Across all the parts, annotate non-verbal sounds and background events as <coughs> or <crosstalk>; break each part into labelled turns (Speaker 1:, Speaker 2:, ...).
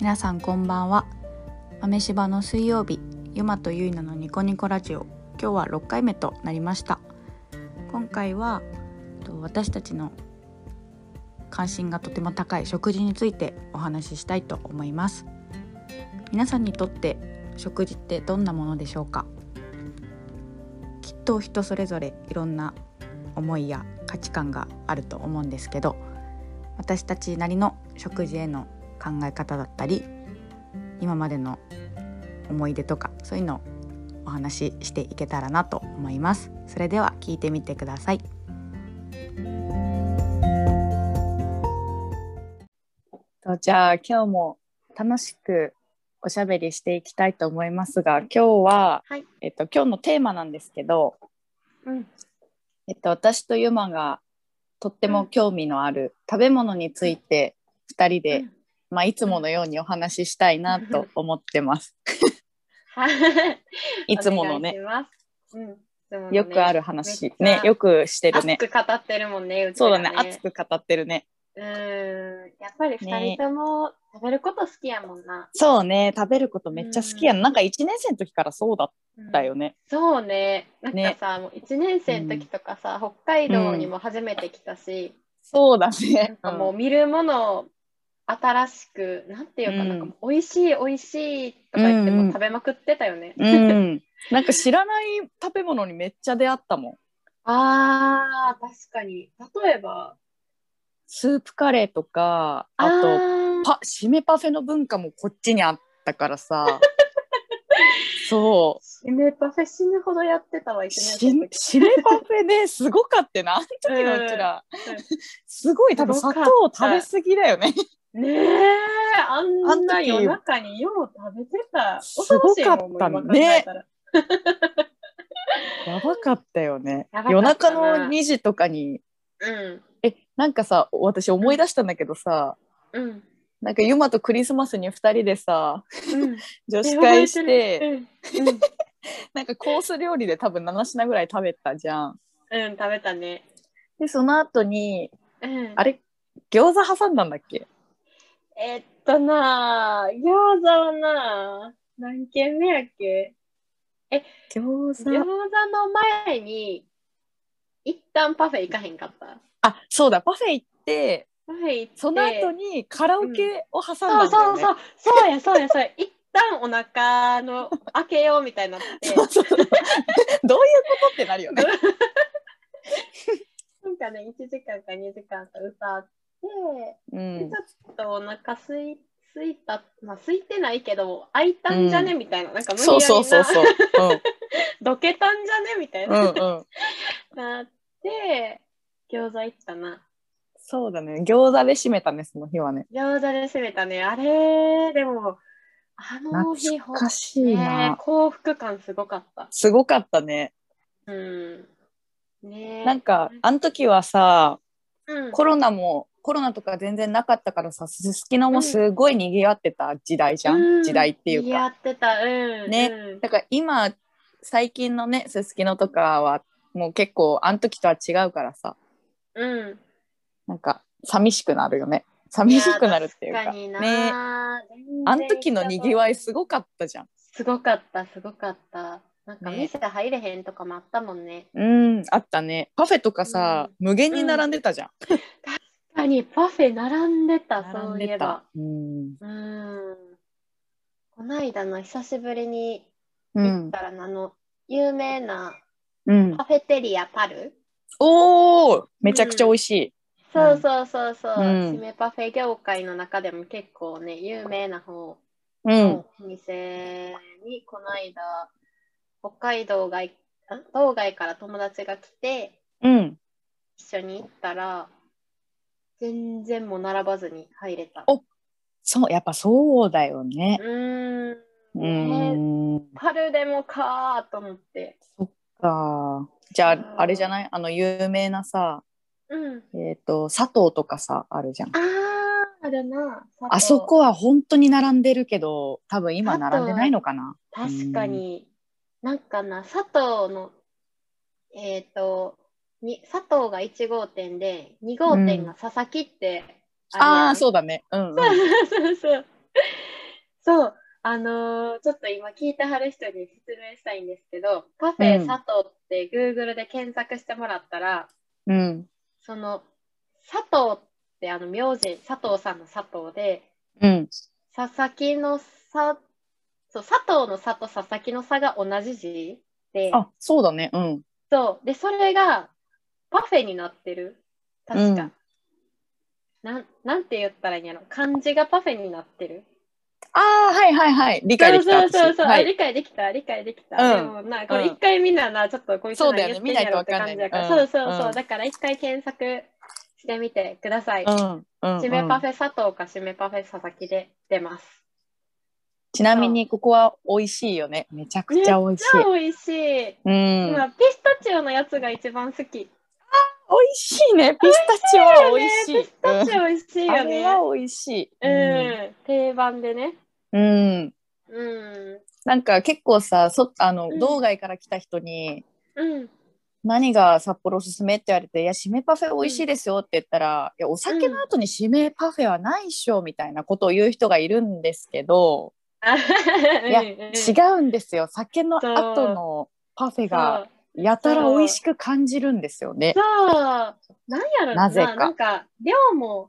Speaker 1: 皆さんこんばんは豆柴の水曜日ゆまとゆいなのニコニコラジオ今日は6回目となりました今回はと私たちの関心がとても高い食事についてお話ししたいと思います皆さんにとって食事ってどんなものでしょうかきっと人それぞれいろんな思いや価値観があると思うんですけど私たちなりの食事への考え方だったり今までの思い出とかそういうのをお話ししていけたらなと思いますそれでは聞いてみてください
Speaker 2: とじゃあ今日も楽しくおしゃべりしていきたいと思いますが今日は、
Speaker 3: はい
Speaker 2: えっと、今日のテーマなんですけど、
Speaker 3: うん
Speaker 2: えっと、私とユマがとっても興味のある食べ物について2人で、
Speaker 3: うん
Speaker 2: まあ、いつものようにお話ししたいなと思って
Speaker 3: <laughs>
Speaker 2: ます。
Speaker 3: はい。
Speaker 2: <laughs> いつものね
Speaker 3: お願いします。うんいつものね。
Speaker 2: よくある話
Speaker 3: めっ
Speaker 2: ね
Speaker 3: ちゃ
Speaker 2: よくしてる
Speaker 3: 熱
Speaker 2: ね。
Speaker 3: く語ってるもんね。うち
Speaker 2: そうだ
Speaker 3: ら
Speaker 2: ね熱く語ってるね。
Speaker 3: うーん。やっぱり二人とも食べること好きやもんな。
Speaker 2: そうね食べることめっちゃ好きやん。なんか1年生の時からそうだったよ
Speaker 3: ね。
Speaker 2: ね。
Speaker 3: そうね。なん
Speaker 2: ね
Speaker 3: かさ、もう一年生の時とかさ、北海道にも初めて来たし、
Speaker 2: そうだ
Speaker 3: なん
Speaker 2: ね。
Speaker 3: かもう見るものを新しく、なんていうか、
Speaker 2: うん
Speaker 3: なんかもう美味しい美味しいとか言って
Speaker 2: うんう
Speaker 3: も
Speaker 2: ん
Speaker 3: 食べまくってたよね。
Speaker 2: うん、なんか知らない食べ物にめっちゃ出会ったもん。
Speaker 3: あー、確かに。例えば、
Speaker 2: スープカレーとかあと
Speaker 3: と
Speaker 2: パ締めパフェの文化もこっちにあったからさ
Speaker 3: <laughs>
Speaker 2: そ
Speaker 3: 締めパフェ死ぬほどやってたわ、
Speaker 2: う
Speaker 3: 一
Speaker 2: し
Speaker 3: 年生の時
Speaker 2: 締めパフェねすごかったなあの時のうちら、
Speaker 3: うんうん
Speaker 2: すごい多分
Speaker 3: すご
Speaker 2: 砂
Speaker 3: か
Speaker 2: 糖
Speaker 3: った
Speaker 2: 食べ過ぎだよね
Speaker 3: ねえ、あ
Speaker 2: あ
Speaker 3: ん
Speaker 2: の
Speaker 3: な
Speaker 2: 時
Speaker 3: 夜中によう食べてた。
Speaker 2: すごかったね
Speaker 3: 恐ろしいもん今考えたら
Speaker 2: やばかったよね
Speaker 3: やばかったな
Speaker 2: 夜中の2時とかに
Speaker 3: うん。
Speaker 2: えなんかさ私思い出したんだけどさ、
Speaker 3: うん。
Speaker 2: なんかユマとクリスマスに2人でさ
Speaker 3: うん。
Speaker 2: 女子会し
Speaker 3: 覚え
Speaker 2: て
Speaker 3: る。うん。うん
Speaker 2: なんかコース料理で多分7品ぐらい食べたじゃん。
Speaker 3: うん、食べたね。
Speaker 2: でその後に
Speaker 3: うん。
Speaker 2: あれ餃子挟んだんだっけ
Speaker 3: えっとなあ、餃子はなあ、何軒目やっけ
Speaker 2: 餃
Speaker 3: 餃子の前に、一旦パフェ行かへんかった。
Speaker 2: あそうだパフェ行って
Speaker 3: パフェ行って、
Speaker 2: その後にカラオケを挟ん
Speaker 3: そ
Speaker 2: だ
Speaker 3: うん
Speaker 2: だよ
Speaker 3: そう
Speaker 2: ね、
Speaker 3: そう、そうや、そうや、そうや、
Speaker 2: <laughs>
Speaker 3: 一旦お腹の開けようみたいになって、
Speaker 2: そう <laughs> そうどういうことってなるよね。
Speaker 3: なんかね、1時間か2時間か歌って、
Speaker 2: うん
Speaker 3: ちょっとお腹すいすいた、まあ、すいてないけど、開いたんじゃね、みたいな、なんか無理や
Speaker 2: そ
Speaker 3: り
Speaker 2: う
Speaker 3: な
Speaker 2: そうそうそう。
Speaker 3: どけたんじゃねみたい
Speaker 2: うんう
Speaker 3: な、
Speaker 2: んうん。
Speaker 3: なって、餃子行ったな。
Speaker 2: そうだね餃子で締めたねその日はね。
Speaker 3: 餃子で攻めたね、あれでも、あの日、
Speaker 2: 懐かしい
Speaker 3: ね
Speaker 2: な。、
Speaker 3: 幸福感すごかった。
Speaker 2: すごかったね。
Speaker 3: うん。ね
Speaker 2: なんかあの時はさ
Speaker 3: うん、
Speaker 2: コロナもコロナとか全然なかったからさすすきのもすごい賑わってた時代じゃん、
Speaker 3: ん
Speaker 2: 時代っていう
Speaker 3: や
Speaker 2: か。
Speaker 3: ってた、うん。
Speaker 2: ね
Speaker 3: うん
Speaker 2: だから今最近のねすすきのとかはもう結構あの時とは違うからさ
Speaker 3: うん。
Speaker 2: なんか寂しくなるよね寂しくなるっていう
Speaker 3: や
Speaker 2: か
Speaker 3: 確かにな。
Speaker 2: ねあの時のにぎわいすご
Speaker 3: っ
Speaker 2: かったじゃん
Speaker 3: た。すごかった、すごかった。なんか
Speaker 2: ね
Speaker 3: 店入れへんとかもあったもんね。
Speaker 2: うんあったねパフェとかさ、無限に並んでたじゃん、
Speaker 3: 確かにパフェ並んでた、そ
Speaker 2: 並ん
Speaker 3: ういえ
Speaker 2: で
Speaker 3: ば
Speaker 2: た。うん、
Speaker 3: うん。こないだの久しぶりに
Speaker 2: う
Speaker 3: 行っ
Speaker 2: ん
Speaker 3: たら、あの、有名な
Speaker 2: うん、
Speaker 3: カフェテリアパル、
Speaker 2: おおめちゃくちゃ美味しい、
Speaker 3: そううんそうそうそう。
Speaker 2: うん
Speaker 3: 締めパフェ業界の中でも結構ね、有名な方。
Speaker 2: うん
Speaker 3: のお店にこの間北海道外あ道外から友達が来て
Speaker 2: うん
Speaker 3: 一緒に行ったら全然もう並ばずに入れた
Speaker 2: おそうやっぱそうだよね
Speaker 3: うーん
Speaker 2: う
Speaker 3: ね
Speaker 2: ーん。
Speaker 3: パルでもかーと思って
Speaker 2: か。じゃ
Speaker 3: うん
Speaker 2: あ、あれじゃないあの、有名なさ、
Speaker 3: うん
Speaker 2: えっ、と、佐藤とかさ、あるじゃん。
Speaker 3: あーあるな佐藤
Speaker 2: あそこは本当に並んでるけど、多分今並んでないのかな。
Speaker 3: 確かになんかな佐藤のえっ、とに佐藤が1号店で2号店が佐々木ってあるやん
Speaker 2: ああー、そうだね。うん、うん。
Speaker 3: そうそうそう。そう、あのーちょっと今聞いてはる人に説明したいんですけど、カフ
Speaker 2: うん
Speaker 3: ェ佐藤って Google で検索してもらったら、
Speaker 2: うん。
Speaker 3: その佐藤ってあの名字、佐藤さんの佐藤で、
Speaker 2: うん。
Speaker 3: 佐々木の佐、そう、佐藤の佐と佐々木の佐が同じ字で、
Speaker 2: あ、そうだね。うん。
Speaker 3: そう、で、それがパフェになってる。確か。
Speaker 2: うん
Speaker 3: なんなんて言ったらいいんやろ漢字がパフェになってる。
Speaker 2: ああ、はいはいはい。理解できた。
Speaker 3: そうそうそうそう、
Speaker 2: 私は
Speaker 3: あ
Speaker 2: い。
Speaker 3: 理解できた理解できた、
Speaker 2: うん
Speaker 3: でもなこれ
Speaker 2: うん
Speaker 3: 一回みんななちょっとこいつ
Speaker 2: そう
Speaker 3: 何
Speaker 2: だよね
Speaker 3: 言ってんやろって感じだから
Speaker 2: 見
Speaker 3: そ
Speaker 2: ないうと
Speaker 3: そう
Speaker 2: わかんない
Speaker 3: そ
Speaker 2: う
Speaker 3: う、
Speaker 2: ん
Speaker 3: だから一回検索してみてください、
Speaker 2: うん。うん。
Speaker 3: しめパ
Speaker 2: ェ。
Speaker 3: フェ佐藤かしめパフェ佐々木で出ます
Speaker 2: ちなみに、ここは美味しいよね。めちゃくちゃ美味しい。
Speaker 3: 超美味しい、
Speaker 2: うん。美味
Speaker 3: 今ピスタチオのやつが一番好き
Speaker 2: しいね。ピスタチオは美味しい。
Speaker 3: ねピスタチオ美味しい
Speaker 2: うんあ
Speaker 3: よ
Speaker 2: れ
Speaker 3: ね
Speaker 2: は美味しい。
Speaker 3: うん、定番でね
Speaker 2: うん。うん。
Speaker 3: うん
Speaker 2: なんか結構さ、そあの、
Speaker 3: うん
Speaker 2: 道外から来た人に、
Speaker 3: うん
Speaker 2: 何が札幌おすすめって言われて、いや、締めパフェ美味しいですよって言ったら、いや、お酒の後に締めパフェはないっしょみたいなことを言う人がいるんですけど、いや、
Speaker 3: うんうん
Speaker 2: 違うんですよ。酒の後のパフェがやたら美味しく感じるんですよね
Speaker 3: そ。うなんやろ
Speaker 2: なぜか
Speaker 3: なんか量も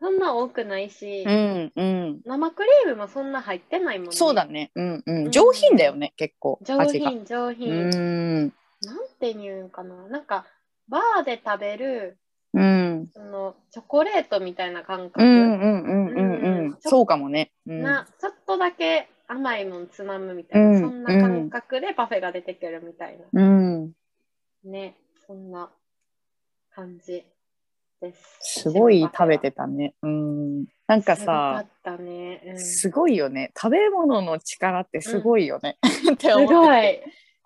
Speaker 3: そんな多くないし、
Speaker 2: うんうん。
Speaker 3: 生クリームもそんな入ってないもんね。
Speaker 2: そうだね。うんう
Speaker 3: うん
Speaker 2: ん。上品だよね、結構。
Speaker 3: 上
Speaker 2: 味が。
Speaker 3: 品、上
Speaker 2: う
Speaker 3: 品。
Speaker 2: ん。
Speaker 3: なんて言うんかな。なんか、バーで食べる、
Speaker 2: うん。
Speaker 3: その、チョコレートみたいな感覚、
Speaker 2: うんうんうんうん
Speaker 3: う
Speaker 2: うんん。そうかもね。うん。
Speaker 3: な、ちょっとだけ甘いもんつまむみたいな、
Speaker 2: うん
Speaker 3: そんな感覚でパフェが出てくるみたいな。
Speaker 2: うん。
Speaker 3: ね、そんな感じです。
Speaker 2: すごい食べ
Speaker 3: る
Speaker 2: てたね。うん。なんかさ、
Speaker 3: すごかったね。うん
Speaker 2: すごいよね。食べ物の力ってすごいよね。 <laughs> って思
Speaker 3: す
Speaker 2: って
Speaker 3: ごい。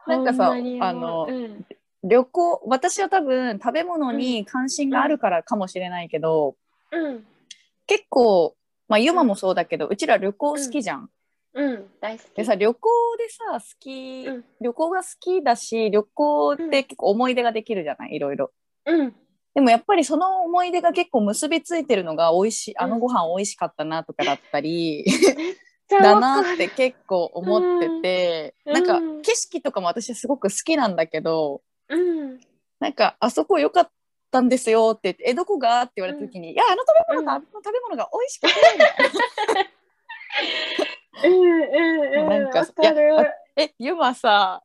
Speaker 2: なんかさ
Speaker 3: ほにもう
Speaker 2: あの
Speaker 3: うん
Speaker 2: 旅行、私は多分食べ物に関心があるからかもしれないけど、
Speaker 3: うん、
Speaker 2: 結構、まあ、ユマもそうだけど、うちら旅行好きじゃん。
Speaker 3: うん、大好き。
Speaker 2: でさ、旅行でさ、好き、
Speaker 3: うん
Speaker 2: 旅行が好きだし、旅行って結構思い出ができるじゃない、いろいろ。
Speaker 3: うん、
Speaker 2: でもやっぱりその思い出が結構結びついてるのが美味しい、あのご飯美味しかったなとかだったり、
Speaker 3: じゃあ
Speaker 2: だなって結構思ってて、
Speaker 3: うん
Speaker 2: なんか
Speaker 3: うん
Speaker 2: 景色とかも私すごく好きなんだけど、
Speaker 3: うん、
Speaker 2: なんか、あそこ良かったんですよって言って、え、どこがって言われた時に、いや、あの食べ物と
Speaker 3: うん
Speaker 2: あの食べ物が美味しくて、
Speaker 3: うん、うん、うん、
Speaker 2: なんか
Speaker 3: わかる
Speaker 2: いやえ、ユマさ、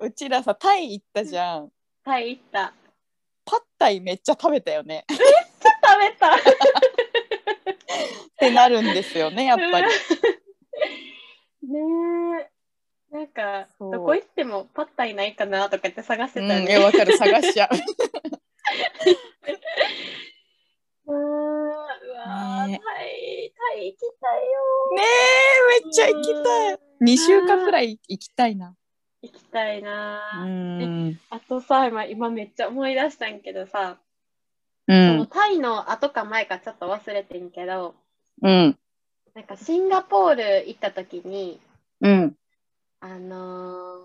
Speaker 3: うん、
Speaker 2: うちらさ、タイ行ったじゃん。
Speaker 3: はい、行った。
Speaker 2: パッタイめっちゃ食べたよね。っ
Speaker 3: 食べ
Speaker 2: てなるんですよね、やっぱり。
Speaker 3: た。 <laughs> ねえ。なんか、
Speaker 2: そう
Speaker 3: どこ行ってもパッタイないかなとかって探して
Speaker 2: う
Speaker 3: た
Speaker 2: ん、
Speaker 3: よ
Speaker 2: いや
Speaker 3: ね。
Speaker 2: わかる、探しちゃ <laughs> う。
Speaker 3: うーん、うわー、
Speaker 2: ね
Speaker 3: タイ、タイ行きたいよ
Speaker 2: ねえ、めっちゃ行きたい。2週間くらい行きたいな。
Speaker 3: ー。行きたいうなー。
Speaker 2: ん。
Speaker 3: あとさ、今、今めっちゃ思い出したんけどさ、
Speaker 2: う
Speaker 3: その
Speaker 2: ん。
Speaker 3: タイの後か前かちょっと忘れてんけど、
Speaker 2: うん。
Speaker 3: なんかシンガポール行った時に、
Speaker 2: うん。
Speaker 3: あのー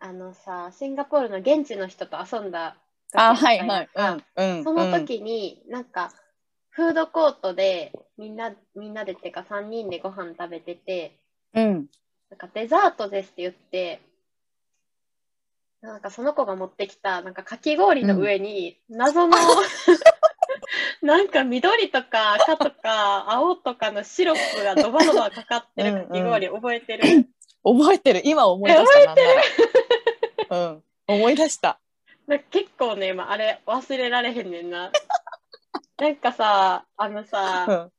Speaker 3: あのさ、シンガポールの現地の人と遊んだ時
Speaker 2: あ、
Speaker 3: った
Speaker 2: はい
Speaker 3: やん
Speaker 2: はい。うん。うん。
Speaker 3: その時に、なんか、フードコートで、みんな、みんなでっていうか3人でご飯食べてて、
Speaker 2: うん。
Speaker 3: なんかデザートですって言って、なんかその子が持ってきた、なんかかき氷の上に、謎の、 <laughs> なんか緑とか赤とか青とかのシロップがドバドバかかってるかき氷覚えてる
Speaker 2: 覚えてる。今思い出した。覚えてる。うん。思い出した。
Speaker 3: なんか結構ね、今あれ忘れられへんねんな。なんかさ、あの
Speaker 2: う
Speaker 3: さ、
Speaker 2: ん。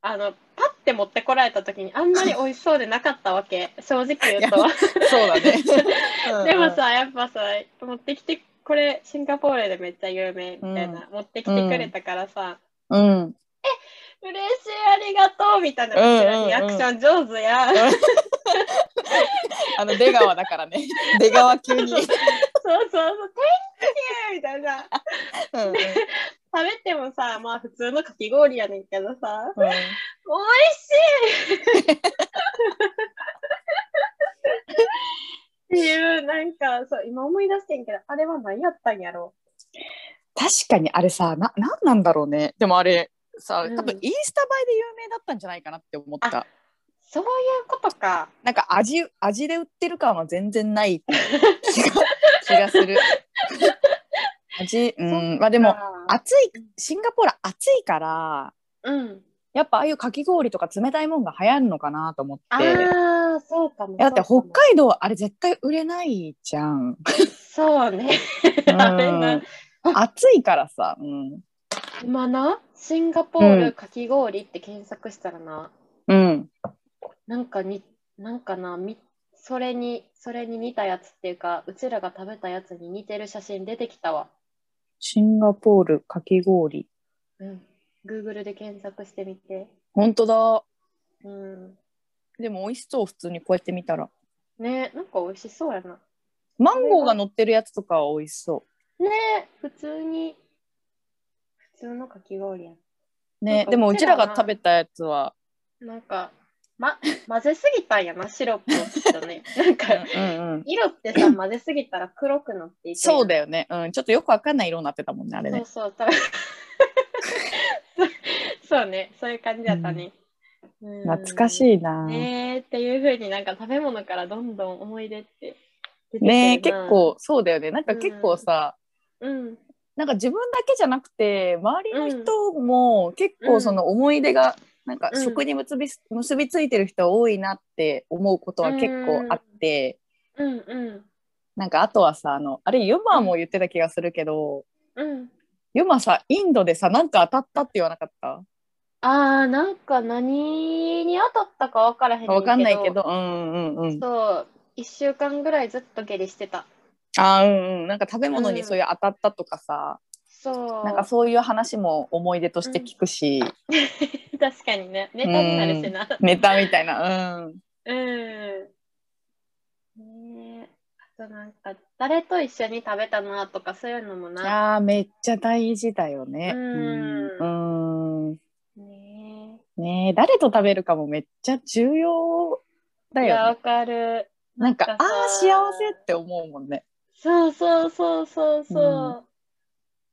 Speaker 3: あの、パッて持ってこられた時にあんまり美味しそうでなかったわけ、正直言うと。
Speaker 2: そうだ <laughs> ね。
Speaker 3: でも、さ、やっぱさ、持ってきて、これシンガポールでめっちゃ有名みたいな、持ってきてくれたからさ、
Speaker 2: うん。うん
Speaker 3: 嬉しい、ありがとうみたいな、うちらリアクション上手やん。そう
Speaker 2: あの出川だから <laughs> ね。出川急に。うん
Speaker 3: そうそう、Thank you! みたいな。
Speaker 2: うん
Speaker 3: 食べてもさ、まあ普通のかき氷やねんけどさ、
Speaker 2: うん
Speaker 3: 美味しいっていう、なんか、そう、今思い出してんけど、あれは何やったんやろ
Speaker 2: 確かにあれさ、な、なんなんだろうね。でもあれ、さ、
Speaker 3: うん
Speaker 2: 多分インスタ映えで有名だったんじゃないかなって思った。
Speaker 3: そういうことか。
Speaker 2: なんか味味で売ってる感は全然ない気
Speaker 3: <laughs>
Speaker 2: が気がする。味う
Speaker 3: そっ
Speaker 2: んまあでも
Speaker 3: あ
Speaker 2: 暑いシンガポール暑いから
Speaker 3: うん。
Speaker 2: やっぱああいうかき氷とか冷たいもんが流行るのかなと思って。
Speaker 3: あ
Speaker 2: い
Speaker 3: あ、そうかも。
Speaker 2: やだって
Speaker 3: そう
Speaker 2: 北
Speaker 3: かも
Speaker 2: 海道あれ絶対売れないじゃ
Speaker 3: <laughs>
Speaker 2: ん。
Speaker 3: そうね。
Speaker 2: う、
Speaker 3: あれなん
Speaker 2: 暑いからさ、うん、
Speaker 3: 今な、シンガポー
Speaker 2: う
Speaker 3: ルかき氷って検索したらな、
Speaker 2: うん、
Speaker 3: なんかに、なんかな、みそれに、それに似たやつっていうか、うちらが食べたやつに似てる写真出てきたわ。
Speaker 2: シンガポールかき氷
Speaker 3: うん。Google で検索してみて。
Speaker 2: 本当だ
Speaker 3: うん。
Speaker 2: でも美味しそう普通にこうやって見たら
Speaker 3: ねなんか美味しそうやな。
Speaker 2: マンゴーが乗ってるやつとかは美味しそ
Speaker 3: ね普通に、普通のかき氷やん。
Speaker 2: う
Speaker 3: なん
Speaker 2: ね
Speaker 3: か
Speaker 2: でもうちら
Speaker 3: う
Speaker 2: が
Speaker 3: ちらが
Speaker 2: 食べたやつは、
Speaker 3: なんか、ま、混ぜすぎたんやな、シロップをきっとね。なんか、
Speaker 2: うんうん、
Speaker 3: 色ってさ、混ぜすぎたら黒くなっていくやん
Speaker 2: そうだよね、うん、ちょっとよくわかんない色になってたもんねあれね
Speaker 3: そうそう、多分 <laughs> そうね、そういう感じだったね。
Speaker 2: 懐かし
Speaker 3: い。
Speaker 2: いな、
Speaker 3: ねえっていうふうになんか食べ物からどんどん思い出って出てくるな
Speaker 2: ね結。構そうだよねなんか結構さ、
Speaker 3: うん。
Speaker 2: なんか自分だけじゃなくて周りの人も結構その思い出がなんか食に結び,、結びついてる人多いなって思うことは結構あって、
Speaker 3: うんうん。
Speaker 2: なんかあとはさあのあれユマも言ってた気がするけど、
Speaker 3: うん。
Speaker 2: ユマさインドでさなんか当たったって言わなかった
Speaker 3: あー、なんか何に当たったか分からへんねん
Speaker 2: わかんないけど。うんうんうん
Speaker 3: そう、1週間ぐらいずっと下痢してた。
Speaker 2: あーうんうんなんか食べ物にそういう当たったとかさ、
Speaker 3: そう。
Speaker 2: なんかそういう話も思い出として聞くし、
Speaker 3: <laughs> 確かにね、ネタになるしな。
Speaker 2: ネタみたいなうん
Speaker 3: うん。ねえ。あとなんか、誰と一緒に食べたなとか、そういうのもな。
Speaker 2: あーめっちゃ大事だよね。
Speaker 3: うん
Speaker 2: うんうん
Speaker 3: ね
Speaker 2: ねえ誰と食べるかもめっちゃ重要
Speaker 3: え。
Speaker 2: だ
Speaker 3: いや、
Speaker 2: よ
Speaker 3: わ
Speaker 2: ね。
Speaker 3: かる。
Speaker 2: なんかあ
Speaker 3: なんか
Speaker 2: あ
Speaker 3: さ
Speaker 2: ー幸せって思うもんね。
Speaker 3: そうそうそうそう
Speaker 2: う
Speaker 3: そう。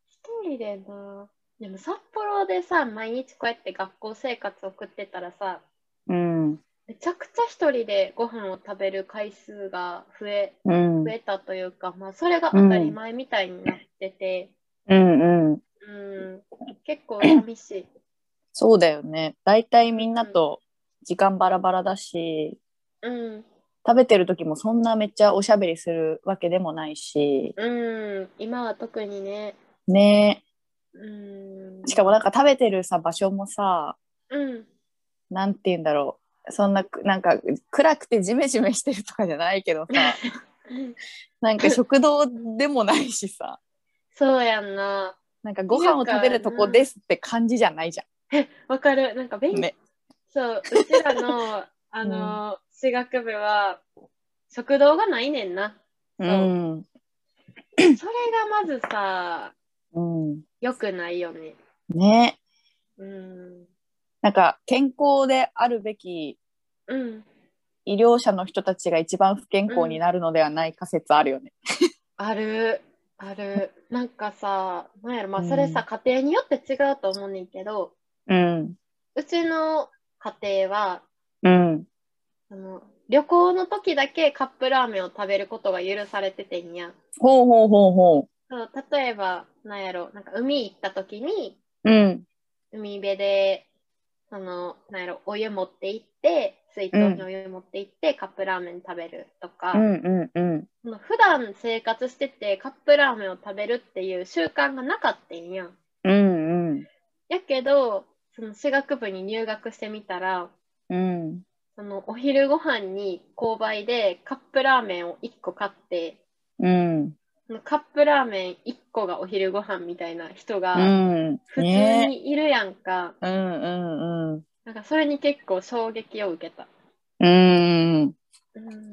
Speaker 3: 一人でな。でも札幌でさ、毎日こうやって学校生活送ってたらさ、
Speaker 2: うん
Speaker 3: めちゃくちゃ一人でご飯を食べる回数が増え
Speaker 2: うん
Speaker 3: 増えたというか、まあ、それが当たり前みたいになってて、
Speaker 2: うんうん
Speaker 3: うん、結構寂しい。
Speaker 2: そうだよね。だいたいみんなと時間バラバラだし
Speaker 3: うん、
Speaker 2: 食べてる時もそんなめっちゃおしゃべりするわけでもないし
Speaker 3: うん、今は特にね。
Speaker 2: ね
Speaker 3: うん
Speaker 2: え。しかもなんか食べてるさ場所もさ
Speaker 3: うん、 <laughs>
Speaker 2: なんて言うんだろうそんなくなんか暗くてジメジメしてるとかじゃないけど <laughs> さなんか食堂でもないしさ
Speaker 3: そうやんな。
Speaker 2: なんかご飯を食べるとこですって感じじゃないじ
Speaker 3: わかる。なんか
Speaker 2: ゃ
Speaker 3: 勉
Speaker 2: ん。
Speaker 3: 強、
Speaker 2: ね。
Speaker 3: そう、うちらの、 <laughs> あの、私学部は、食堂がないねんな。
Speaker 2: う。
Speaker 3: うんそれがまずさ、
Speaker 2: うん。
Speaker 3: 良くないよね。
Speaker 2: ね。
Speaker 3: うん。
Speaker 2: なんか健康であるべき
Speaker 3: うん。
Speaker 2: 医療者の人たちが一番不健康になるのではないか説あるよね。
Speaker 3: ある、ある。なんかさ、なんやろ、まあ、
Speaker 2: うん
Speaker 3: それさ、家庭によって違うと思うねんけど、
Speaker 2: うん。
Speaker 3: うちの家庭は、
Speaker 2: うん。
Speaker 3: あの旅行の時だけカップラーメンを食べることが許されててんや。
Speaker 2: ほうほうほうほ
Speaker 3: そう例えば、なんやろ、なんか海行った時に、
Speaker 2: う。うん。
Speaker 3: 海辺で、その、なんやろ、お湯持って行って、水筒にお湯持って行って、カップラーメン食べるとか、
Speaker 2: うんうんうん。
Speaker 3: その普段生活してて、カップラーメンを食べるっていう習慣がなかったんやん。
Speaker 2: うんうん。
Speaker 3: やけど、その私学部に入学してみたら、
Speaker 2: うん。
Speaker 3: そのお昼ご飯に購買でカップラーメンを1個買って、
Speaker 2: うん。
Speaker 3: そのカップラーメン1個がお昼ご飯みたいな人
Speaker 2: う
Speaker 3: が
Speaker 2: ん。
Speaker 3: 普通
Speaker 2: ね。
Speaker 3: にいるやんか、
Speaker 2: うんうんうん。
Speaker 3: なんかそれに結構衝撃を受けた。
Speaker 2: うん。
Speaker 3: うん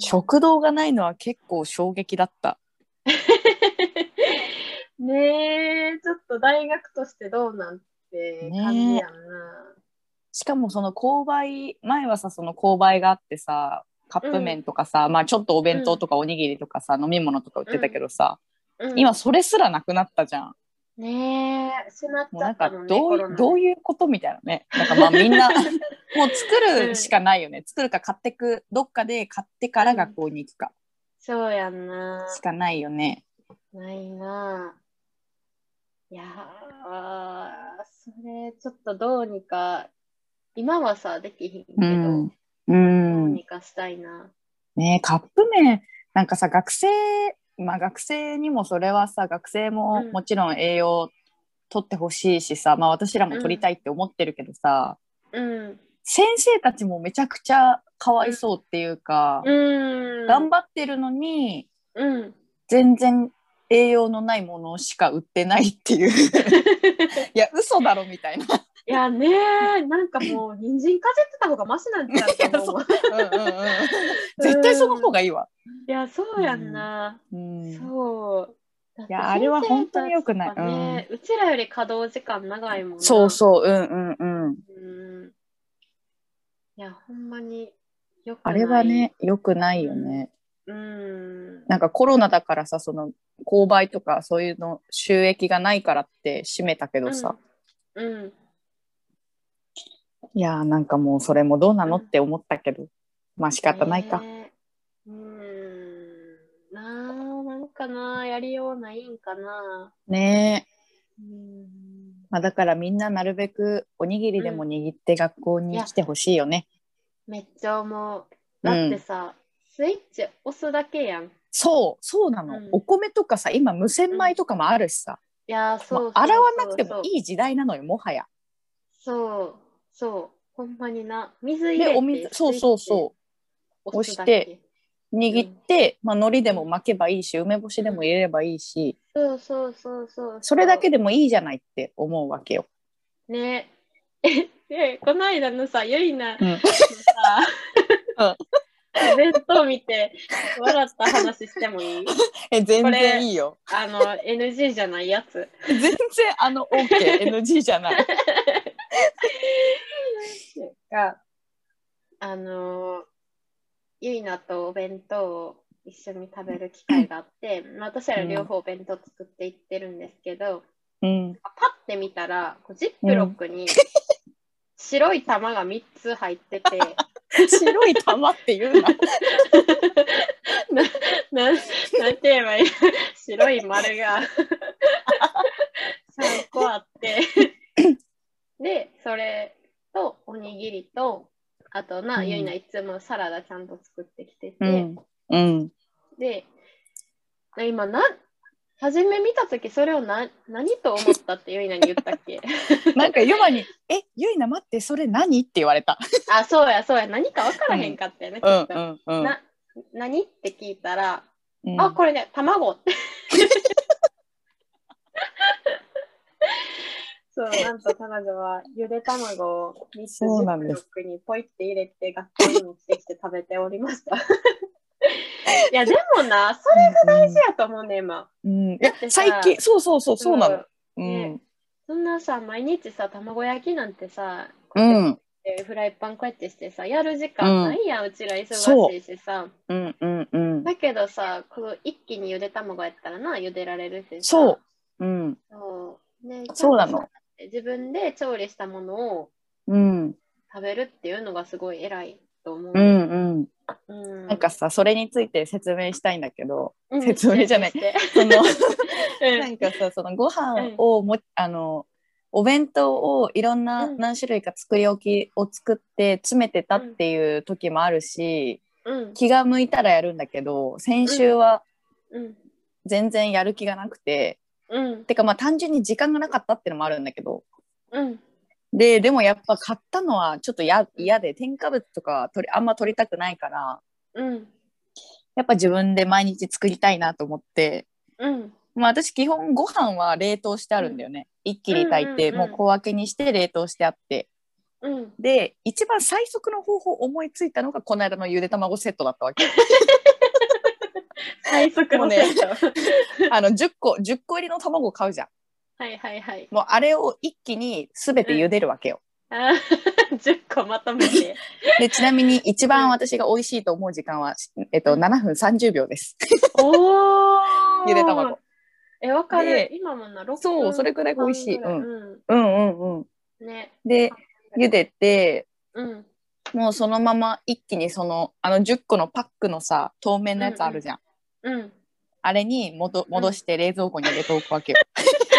Speaker 2: 食堂がないのは結構衝撃だった。
Speaker 3: <laughs> ねえ、ちょっと大学としてどうなんて感じやんな。
Speaker 2: しかもその購買前はさその購買があってさカップ麺とかさ、まあちょっとお弁当とかおにぎりとかさ、飲み物とか売ってたけどさ、
Speaker 3: うん
Speaker 2: 今それすらなくなったじゃん。
Speaker 3: ねえ、しまっ
Speaker 2: もう
Speaker 3: ちゃ
Speaker 2: なん
Speaker 3: った
Speaker 2: か
Speaker 3: もんね。
Speaker 2: どう
Speaker 3: コロ
Speaker 2: い
Speaker 3: ナ
Speaker 2: どういうことみたいなねなんかまあみんなもう作
Speaker 3: う
Speaker 2: る
Speaker 3: ん
Speaker 2: しかないよね、作るか買ってくどっかで買ってから学校に行くか
Speaker 3: そうやんな。
Speaker 2: しかないよね、
Speaker 3: ないな。いやー、それちょっとどうにか、今はさ、できひんけ
Speaker 2: う
Speaker 3: ど、
Speaker 2: んう
Speaker 3: どうんにかしたいな。
Speaker 2: ねカップ麺なんかさ学生まあ学生にもそれはさ学生も
Speaker 3: うん
Speaker 2: もちろん栄養取ってほしいしさ、まあ私らも取りたいって思ってるけどさ、
Speaker 3: うん。
Speaker 2: 先生たちもめちゃくちゃかわいそうっていうか、
Speaker 3: うん。
Speaker 2: 頑張ってるのに
Speaker 3: うん。
Speaker 2: 全然栄養のないものしか売ってないって <laughs> いういや嘘だろみたいな
Speaker 3: いやねー、なんかもう、人参かじってた方がマシなんちゃうかも。
Speaker 2: うんうんうん <laughs> 絶対その方がいいわ、
Speaker 3: いや、そうやんな。
Speaker 2: うん
Speaker 3: そう。い
Speaker 2: いやあれは本当に良くない
Speaker 3: ね、うちらより稼働時間長いもんな
Speaker 2: そうそううんうんうん
Speaker 3: うんいや、ほんまによくな
Speaker 2: あ
Speaker 3: い。
Speaker 2: れはね、良くないよね
Speaker 3: うん。
Speaker 2: なんかコロナだからさその購買とかそういうの収益がないからって閉めたけどさ、
Speaker 3: うん。うん。
Speaker 2: いやーなんかもうそれもどうなのって思ったけど、まあ仕方ないか、
Speaker 3: ねうん。なあ、なんかな、やりようないんかな。
Speaker 2: ねえ、
Speaker 3: うん。
Speaker 2: まあ、だからみんななるべくおにぎりでも握って学校に来てほしいよね、
Speaker 3: めっちゃ思
Speaker 2: う
Speaker 3: う。
Speaker 2: ん
Speaker 3: だってさ、スイッチ押すだけやん。い
Speaker 2: そうそうなの、
Speaker 3: うん
Speaker 2: お米とかさ今無洗米とかもあるしさ、
Speaker 3: やー、そうそうそ
Speaker 2: ま
Speaker 3: う
Speaker 2: あ洗わなくても
Speaker 3: い。
Speaker 2: いい時代なのよもはや
Speaker 3: そう、そう。ほんまにな。水入れ
Speaker 2: で
Speaker 3: て
Speaker 2: お水そうそうそう押して。
Speaker 3: け
Speaker 2: 握って、まあ海苔でも巻けばいいし梅干しでも入れればいいし、
Speaker 3: そうそうそうそう。
Speaker 2: それだけ
Speaker 3: で。
Speaker 2: でもいいじゃないって思うわけよ、
Speaker 3: ね。 <laughs> え、で、この間のさ、ゆいな
Speaker 2: う
Speaker 3: の
Speaker 2: ん、
Speaker 3: さ、お弁当見て、笑った話してもいい
Speaker 2: え全
Speaker 3: これ
Speaker 2: 然いいよ
Speaker 3: あの、NG じゃないやつ。
Speaker 2: 全然あの <laughs> OKNG じゃない
Speaker 3: が、あの、ゆいなとお弁当を一緒に食べる機会があって、まあ私ら両方お弁当作っていってるんですけど、
Speaker 2: うん
Speaker 3: パッて見たら、こうジップロック <laughs> に白い玉が3つ入ってて、
Speaker 2: 白い玉って言うな
Speaker 3: <laughs> なん、なんて言えばいい <laughs> 白い丸 <laughs> が3個あってでそれとおにぎりとあとな、
Speaker 2: うん
Speaker 3: ゆいないつもサラダちゃんと作ってきてて、
Speaker 2: うんうん
Speaker 3: で今な初め見た時それをな何と思ったってゆいなに言ったっけ <laughs>
Speaker 2: なんかユマに「えゆいな待ってそれ何?」って言われた
Speaker 3: あそうやそうや何か分からへんかったよね、
Speaker 2: う
Speaker 3: き
Speaker 2: ん
Speaker 3: っ
Speaker 2: う
Speaker 3: と
Speaker 2: んうん
Speaker 3: な何って聞いたら、
Speaker 2: うん
Speaker 3: あこれね卵って
Speaker 2: <laughs>
Speaker 3: そうなんと彼女はゆで卵を3つジ
Speaker 2: そうな
Speaker 3: ッ
Speaker 2: ん
Speaker 3: プ
Speaker 2: で
Speaker 3: ロッ
Speaker 2: す
Speaker 3: クにポイって入れて学校に持ってきて食べておりました <laughs> いやでもなそれ
Speaker 2: が大
Speaker 3: 大事やと思うね今
Speaker 2: うん、い
Speaker 3: だ
Speaker 2: や
Speaker 3: ってさ
Speaker 2: 最近そうそうそうそうなの。う
Speaker 3: ね
Speaker 2: ん、
Speaker 3: そんなさ毎日さ卵焼きなんてさ
Speaker 2: うん、
Speaker 3: えーフライパンこうやってしてさやる時間ないやん、うちら忙しいしさ
Speaker 2: うん、うん、うん、
Speaker 3: だけどさこう一気にゆで卵やったらなゆでられるしさ
Speaker 2: そう、うん、
Speaker 3: そう,、ね、
Speaker 2: そうなの。
Speaker 3: 自分で調理したものを
Speaker 2: うん、
Speaker 3: 食べるっていうのがすごい偉いと思う。
Speaker 2: うん、うん、
Speaker 3: うん
Speaker 2: なんかさ、それについて説明したいんだけ
Speaker 3: <laughs>
Speaker 2: ど、
Speaker 3: うん
Speaker 2: 説明じゃない
Speaker 3: して
Speaker 2: その、
Speaker 3: うん
Speaker 2: なんかさ、そのご飯をも、あの。お弁当をいろんな
Speaker 3: うん
Speaker 2: 何種類か作り置きを作って詰めてたっていう時もあるし
Speaker 3: うん
Speaker 2: 気が向いたらやるんだけど先週は
Speaker 3: うん
Speaker 2: 全然やる気がなくて
Speaker 3: うん
Speaker 2: てかまあ単純に時間がなかったってのもあるんだけど
Speaker 3: うん
Speaker 2: ででもやっぱ買ったのはちょっとや嫌で添加物とかは取りあんま取りたくないから
Speaker 3: うん
Speaker 2: やっぱ自分で毎日作りたいなと思って、
Speaker 3: うん
Speaker 2: まあ、私基本ご飯は冷凍してあるんだよね、一気に炊いて、
Speaker 3: うんうんうん
Speaker 2: もう小分けにして冷凍してあって
Speaker 3: うん
Speaker 2: で一番最速の方法思いついたのがこの間のゆで卵セットだったわ
Speaker 3: <laughs>
Speaker 2: け
Speaker 3: 最速のテンション
Speaker 2: あの10個10個入りの卵買うじゃん
Speaker 3: はいはいはい。
Speaker 2: もうあれを一気に全て茹でるわけよ、
Speaker 3: あー10個まとめて。
Speaker 2: でちなみに一番私が美味しいと思う時間は、えっと、7分30秒です
Speaker 3: おー
Speaker 2: ゆで卵
Speaker 3: え、わかる
Speaker 2: で。
Speaker 3: 今もな、6分
Speaker 2: そうそれくらい美味しい
Speaker 3: 半
Speaker 2: う
Speaker 3: ぐらい
Speaker 2: うんうんうん。
Speaker 3: うん。ね。
Speaker 2: で茹でて
Speaker 3: うん。
Speaker 2: もうそのまま一気にそのあの10個のパックのさ透明のやつあるじゃん、
Speaker 3: うん。
Speaker 2: あれに戻戻して冷蔵庫に入れておくわけよ。
Speaker 3: あれに戻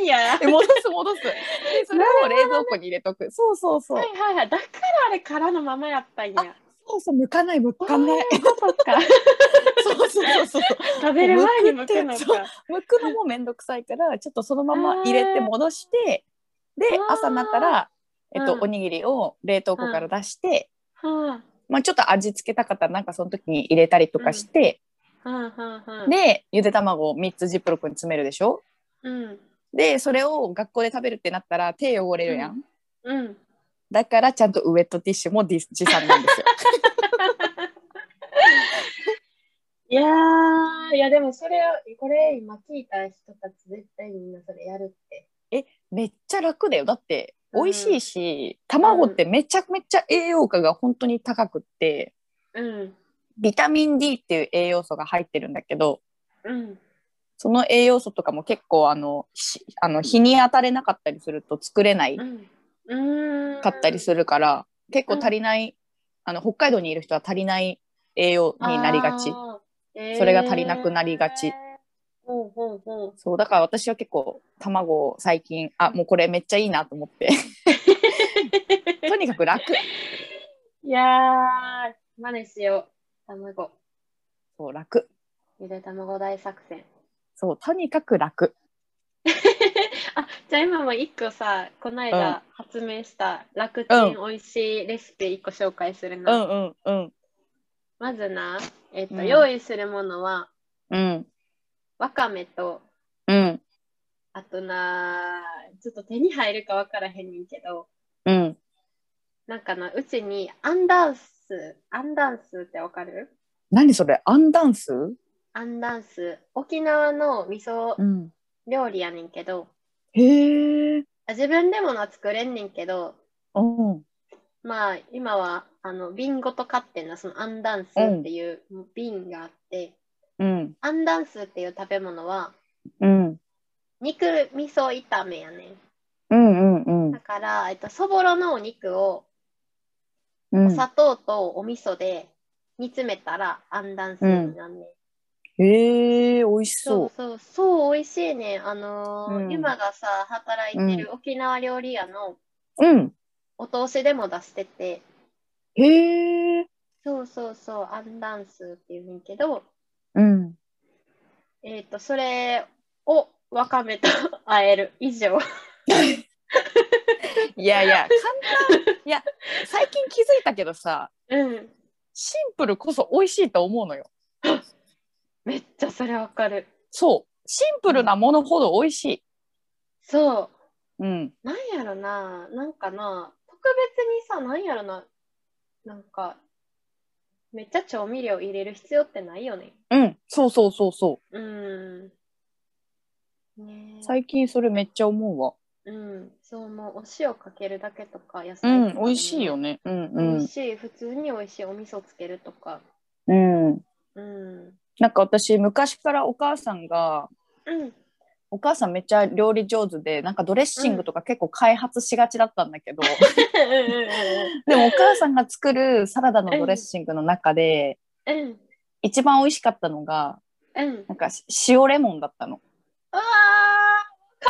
Speaker 3: すんや。は
Speaker 2: <laughs> え戻す戻す。で <laughs> それを冷蔵庫に入れとく。そうそうそう。
Speaker 3: いはいはい。だからあれ空のままやったんや。
Speaker 2: そうそう剥かない剥かない。
Speaker 3: そう
Speaker 2: <laughs>
Speaker 3: か。
Speaker 2: そうそうそうそう。
Speaker 3: 食べる前に剥くの
Speaker 2: 剥くってそう
Speaker 3: か。
Speaker 2: 剥くのもめんどくさいからちょっとそのまま入れて戻してで
Speaker 3: あー
Speaker 2: 朝になったら、えっと
Speaker 3: うん
Speaker 2: おにぎりを冷凍庫から出して、
Speaker 3: は
Speaker 2: まあ、ちょっと味付けたかったらなんかその時に入れたりとかして、
Speaker 3: あ、はあ、はあ、はあ。、
Speaker 2: でゆで卵を3つジップロックに詰めるでしょ
Speaker 3: うん。
Speaker 2: でそれを学校で食べるってなったら手汚れるやん、
Speaker 3: うん。
Speaker 2: だからちゃんとウエットティッシュもディ持参なんですよ
Speaker 3: いやー、いやでもそれを、これ今聞いた人たち絶対みんなそれやるって。
Speaker 2: めっちゃ楽だよだって
Speaker 3: うん
Speaker 2: 美味しいし、卵ってめちゃめちゃ栄養価が本当に高くって、
Speaker 3: うん。
Speaker 2: ビタミン D っていう栄養素が入ってるんだけど
Speaker 3: うん。、
Speaker 2: その栄養素とかも結構あのしあの日に当たれなかったりすると作れないう
Speaker 3: ん。うん。
Speaker 2: かったりするから結構足りない、あの北海道にいる人は足りない栄養になりがち
Speaker 3: あー。
Speaker 2: それが足りなくなりがち
Speaker 3: えー。ほうほうほう。
Speaker 2: そうだから私は結構卵を最近あもうこれめっちゃいいなと思って
Speaker 3: <laughs>
Speaker 2: とにかく楽
Speaker 3: いやー、真似しよう。卵。
Speaker 2: そう楽
Speaker 3: ゆで卵大作戦。
Speaker 2: そうとにかく楽
Speaker 3: あ、じゃあ今も一個さ、この間発明した楽ちん美味しいレシピ一個紹介する
Speaker 2: う
Speaker 3: な。
Speaker 2: んうんうん
Speaker 3: まずな、えっと、
Speaker 2: うん
Speaker 3: 用意するものは、
Speaker 2: うん
Speaker 3: わかめと、
Speaker 2: うん
Speaker 3: あとな、ちょっと手に入るかわからへんねんけど、
Speaker 2: うん
Speaker 3: なんかな、うちにアンダンス、アンダンスってわかる
Speaker 2: 何それアンダンスう
Speaker 3: アンダンス、沖縄の味噌
Speaker 2: ん
Speaker 3: 料理やねんけど、
Speaker 2: へえ
Speaker 3: 自分でものは作れんねんけど、
Speaker 2: うん
Speaker 3: まあ今はあの瓶ごと買ってんなそのアンダンスっていう瓶があって、
Speaker 2: うん
Speaker 3: アンダンスっていう食べ物は
Speaker 2: うん
Speaker 3: 肉味噌炒めやね
Speaker 2: うんうん
Speaker 3: んだから、えっと、そぼろのお肉を
Speaker 2: う
Speaker 3: お
Speaker 2: ん。
Speaker 3: 砂糖とお味噌で煮詰めたらアンダンスになんねん、
Speaker 2: へえ、美味し
Speaker 3: そう
Speaker 2: そ
Speaker 3: そうそう美味しいねんあのー
Speaker 2: うん
Speaker 3: ゆまがさ働いてる沖縄料理屋の
Speaker 2: う。うん。
Speaker 3: お通しでも出してて、
Speaker 2: へえ。
Speaker 3: そうそうそうアンダンスっていうんけど
Speaker 2: うん。
Speaker 3: えっ、と、それをわかめと <laughs> あえる以上。
Speaker 2: <laughs> いやいや、簡単。いや、最近気づいたけどさ、
Speaker 3: うん。
Speaker 2: シンプルこそ美味しいと思うのよ。
Speaker 3: めっちゃそれわかる。
Speaker 2: そう。シンプルなものほど美味しい。
Speaker 3: そ
Speaker 2: うん。
Speaker 3: う。なんやろな。なんかな。特別にさ、なんやろな。なんか、めっちゃ調味料入れる必要ってないよね。
Speaker 2: うん。そうそうそうそう
Speaker 3: ーん。ね
Speaker 2: う。
Speaker 3: え
Speaker 2: 最近それめっちゃ思うわ。
Speaker 3: うん。そう、もうお塩かけるだけとか、野
Speaker 2: う
Speaker 3: 菜と
Speaker 2: ん。
Speaker 3: か
Speaker 2: 美味しいよね。うん
Speaker 3: でも。美味しい。普通に美味しい。お味噌つけるとか。
Speaker 2: うん。うん。
Speaker 3: うん。
Speaker 2: なんか私、昔からお母さんが、
Speaker 3: うん。
Speaker 2: お母さんめっちゃ料理上手で、なんかドレッシングとか結構開発しがちだったんだけど、でもお母さんが作るサラダのドレッシングの中で
Speaker 3: うん。
Speaker 2: 一番美味しかったのが
Speaker 3: うん。
Speaker 2: なんかし塩レモンだったの。
Speaker 3: うわー、わ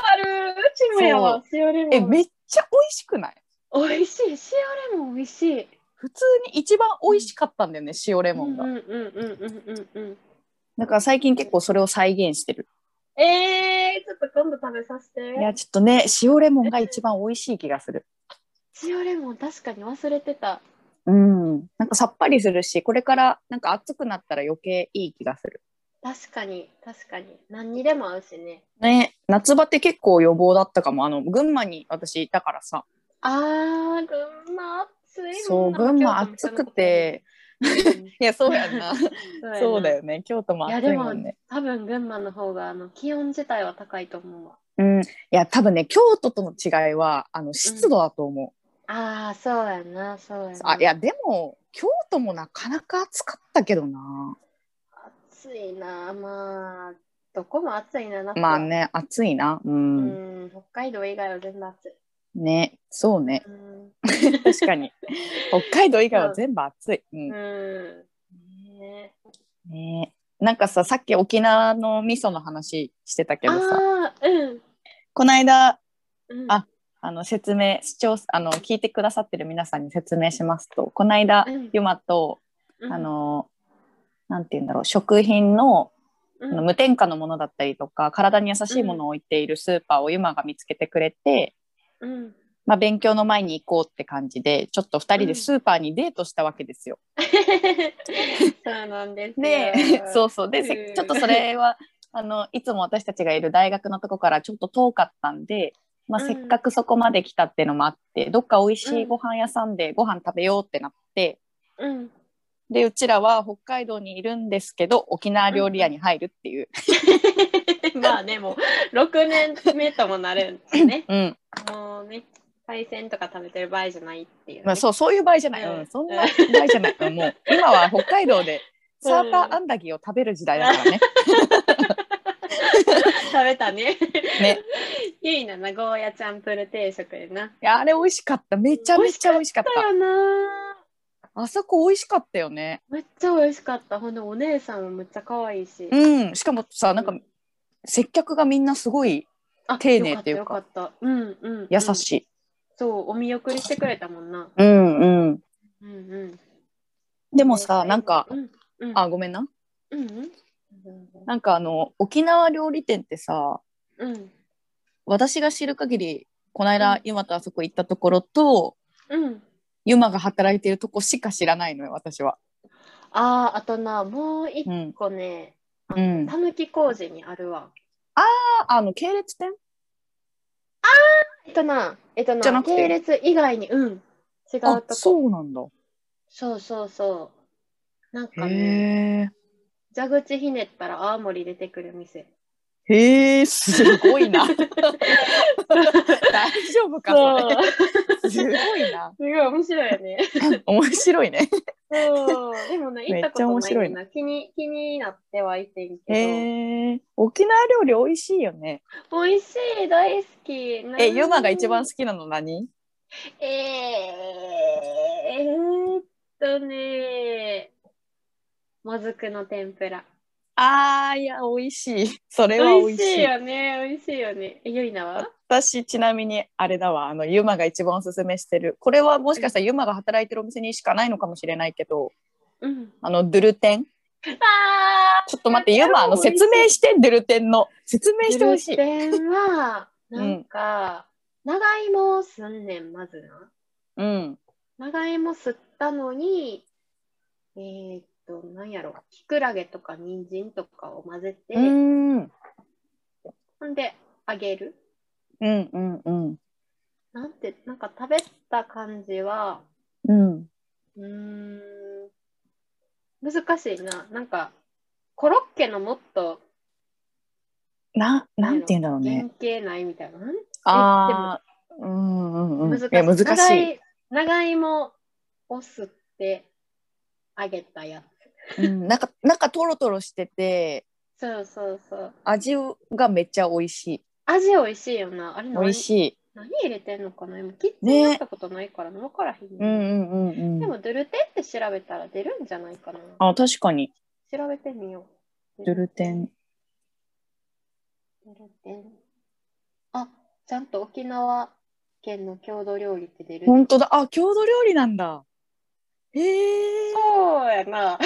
Speaker 3: かる。うちもやわ、塩レモン。
Speaker 2: えめっちゃ美味しくない
Speaker 3: 美味しい。塩レモン美味しい。
Speaker 2: 普通に一番美味しかったんだよね塩レ
Speaker 3: う
Speaker 2: モン
Speaker 3: んう
Speaker 2: が。
Speaker 3: んうんうんうんうん。
Speaker 2: だから最近結構それを再現してる。
Speaker 3: えー、ちょっと今度食べさせて。
Speaker 2: いやちょっとね塩レモンが一番美味しい気がする。
Speaker 3: 塩レモン確かに忘れてた。
Speaker 2: うん、なんかさっぱりするしこれからなんか暑くなったら余計いい気がする。
Speaker 3: 確かに、確かに。何にでも合うしね。
Speaker 2: ね夏バテ結構予防だったかもあの群馬に私いたからさ
Speaker 3: あー、群馬暑い
Speaker 2: そう群馬暑く。て
Speaker 3: うん
Speaker 2: いやそうやん
Speaker 3: <laughs>
Speaker 2: なそうだ。
Speaker 3: やな
Speaker 2: よね京都も
Speaker 3: いや
Speaker 2: 暑
Speaker 3: で
Speaker 2: いも
Speaker 3: も
Speaker 2: んね。
Speaker 3: 多分群馬の方があの気温自体は高いと思うわ。
Speaker 2: うん、いや多分ね京都との違いはあの湿度だと思
Speaker 3: ああそうやんなそうや
Speaker 2: う、
Speaker 3: んな。
Speaker 2: あいやでも京都もなかなか暑かったけどな
Speaker 3: 暑いなあまあどこも暑いな、夏は
Speaker 2: まあ。ね、暑いな。う。
Speaker 3: うんん、北海道以外は全部暑い。
Speaker 2: ね、そうね。 <laughs>
Speaker 3: うん。
Speaker 2: 確かに。北海道以外は全部暑い。うん。
Speaker 3: うんね
Speaker 2: ねなんかさ、さっき沖縄の味噌の話してたけどさ、
Speaker 3: あーうん
Speaker 2: この間、
Speaker 3: うん。
Speaker 2: ああの、説明、視聴、あの、聞いてくださってる皆さんに説明しますと、この間
Speaker 3: うん、
Speaker 2: ユマと、
Speaker 3: うん
Speaker 2: あ、の、なんて言うんだろう、食品の
Speaker 3: う
Speaker 2: あの
Speaker 3: ん
Speaker 2: 無添加のものだったりとか、体に優しいものを置いているスーパーをユマが見つけてくれて、
Speaker 3: うん。
Speaker 2: まあ、勉強の前に行こうって感じで、ちょっと2人でスーパーにデートしたわけですよ。
Speaker 3: そうなんですよ。
Speaker 2: で、そうそう。で、
Speaker 3: う
Speaker 2: せ
Speaker 3: ん
Speaker 2: ちょっとそれは、 <laughs> あの、いつも私たちがいる大学のとこからちょっと遠かったんで、まあ、
Speaker 3: うん
Speaker 2: せっかくそこまで来たっていうのもあって、どっか美味しいご飯屋さんでご飯食べようってなって、
Speaker 3: うん。 <laughs>
Speaker 2: で、うちらは北海道にいるんですけど、沖縄料理屋に入るっていう。
Speaker 3: まあね、もう6年目ともなるんですね。
Speaker 2: うん。
Speaker 3: もうね、海鮮とか食べてる場合じゃないっていうね、
Speaker 2: まあ、そう、そういう場合じゃない。
Speaker 3: うん
Speaker 2: うん、そんな場合じゃない。うんもう、今は北海道でサーターアンダギーを食べる時代だからね。
Speaker 3: <laughs> 食べたね。
Speaker 2: ね。
Speaker 3: ゆ <laughs> いなな、ゴーヤチャンプル定食でな。
Speaker 2: いや、あれ美味しかった。めちゃめちゃ美味しかっ
Speaker 3: だ
Speaker 2: た。
Speaker 3: よな
Speaker 2: あそこ美味しかったよね。
Speaker 3: めっちゃ美味しかった。ほんで、お姉さんもめっちゃ可愛いし。
Speaker 2: うん、しかもさ、なんか
Speaker 3: うん
Speaker 2: 接客がみんなすごい
Speaker 3: あ
Speaker 2: 丁寧っていうか
Speaker 3: よかった。よかったうんうん、
Speaker 2: 優しい。
Speaker 3: そう、お見送りしてくれたもんな。
Speaker 2: うんうん。
Speaker 3: うんうん。
Speaker 2: でもさ、なんか、
Speaker 3: うんうん、
Speaker 2: あ、ごめんな。
Speaker 3: うんうん。
Speaker 2: なんかあの、沖縄料理店ってさ、
Speaker 3: うん。
Speaker 2: 私が知る限り、この
Speaker 3: う
Speaker 2: 間
Speaker 3: ん、
Speaker 2: ユマとあそこ行ったところと、
Speaker 3: うん。
Speaker 2: ユマが働いてるとこしか知らないのよ、私は。
Speaker 3: ああ、あとな、もう一
Speaker 2: うん。
Speaker 3: 個ね、
Speaker 2: うん。
Speaker 3: たぬき工事にあるわ。
Speaker 2: あ、あの、系列店
Speaker 3: えっとな、えっとな、
Speaker 2: じゃなくて
Speaker 3: 系列以外に、うん、違う
Speaker 2: あ
Speaker 3: と、こ。そう
Speaker 2: そうなんだ。
Speaker 3: そうそうなんか
Speaker 2: へ
Speaker 3: ね、蛇口ひねったら青森出てくる店。
Speaker 2: え。へえ、すご <laughs> いな。大丈夫か、そ
Speaker 3: そう <laughs> す
Speaker 2: れ。すごいな。
Speaker 3: ごい面白いよね。
Speaker 2: <laughs> 面白いね。
Speaker 3: そう。
Speaker 2: <laughs>
Speaker 3: でもね、行
Speaker 2: めっ
Speaker 3: ったこ
Speaker 2: ちゃ
Speaker 3: と
Speaker 2: 面
Speaker 3: ない
Speaker 2: 白い
Speaker 3: ねん
Speaker 2: ね
Speaker 3: な。気に、気になってはいてんけど。
Speaker 2: へえ。沖縄料理美味しいよね。
Speaker 3: 美味しい、大好き。なん
Speaker 2: え、ユマが一番好きなの何
Speaker 3: えー、えーっとね、もずくの天ぷら。
Speaker 2: あーいや、美味しい。それは美
Speaker 3: 美
Speaker 2: 味
Speaker 3: 味
Speaker 2: しい。
Speaker 3: しいよね、美味しいよね。えゆいなは
Speaker 2: 私、ちなみに、あれだわ、あの、ユマが一番おすすめしてる。これはもしかしたらユマが働いてるお店にしかないのかもしれないけど、
Speaker 3: うん。
Speaker 2: あの、ドゥルテン。
Speaker 3: あ
Speaker 2: ちょっと待って、ユマ、あの、説明して、ドゥルテンの。説明してほしい。
Speaker 3: 点は、
Speaker 2: うん
Speaker 3: なんか、長芋をすんねん、まずな。
Speaker 2: うん。
Speaker 3: 長芋すったのに、えーっと、なんやろ、きくらげとか人参とかを混ぜて、
Speaker 2: うーん。うん、
Speaker 3: ほんで、揚げる。
Speaker 2: うん、うん。
Speaker 3: なんて、なんか食べた感じは、
Speaker 2: うん。
Speaker 3: うーん難しいな。なんか、コロッケのもっと
Speaker 2: な、なんて言うんだろう
Speaker 3: 原
Speaker 2: ね。
Speaker 3: 型ないみたいな。なん
Speaker 2: あーうん、うん、うん。
Speaker 3: 難し
Speaker 2: い
Speaker 3: い。
Speaker 2: や難し
Speaker 3: 長
Speaker 2: い。
Speaker 3: い長芋をすって揚げたや
Speaker 2: うん、なんか、なんかトロトロしてて、
Speaker 3: つ。そうそうそう。
Speaker 2: 味がめっちゃ美味しい。
Speaker 3: 味美味しいよな。あれ
Speaker 2: 美
Speaker 3: 何
Speaker 2: 味しい。
Speaker 3: 何入れてんのかな今キッチ
Speaker 2: ね
Speaker 3: ンやったことないから分からへんね、
Speaker 2: うんうんうん
Speaker 3: で
Speaker 2: うん。
Speaker 3: もドゥルテンって調べたら出るんじゃないかな。
Speaker 2: あ、確かに。
Speaker 3: 調べてみよう。
Speaker 2: ドゥルテン。
Speaker 3: ドゥルテン。あ、ちゃんと沖縄県の郷土料理って出る。
Speaker 2: 本当だ。あ、郷土料理なんだ。へえ。
Speaker 3: そうや
Speaker 2: <laughs>
Speaker 3: な。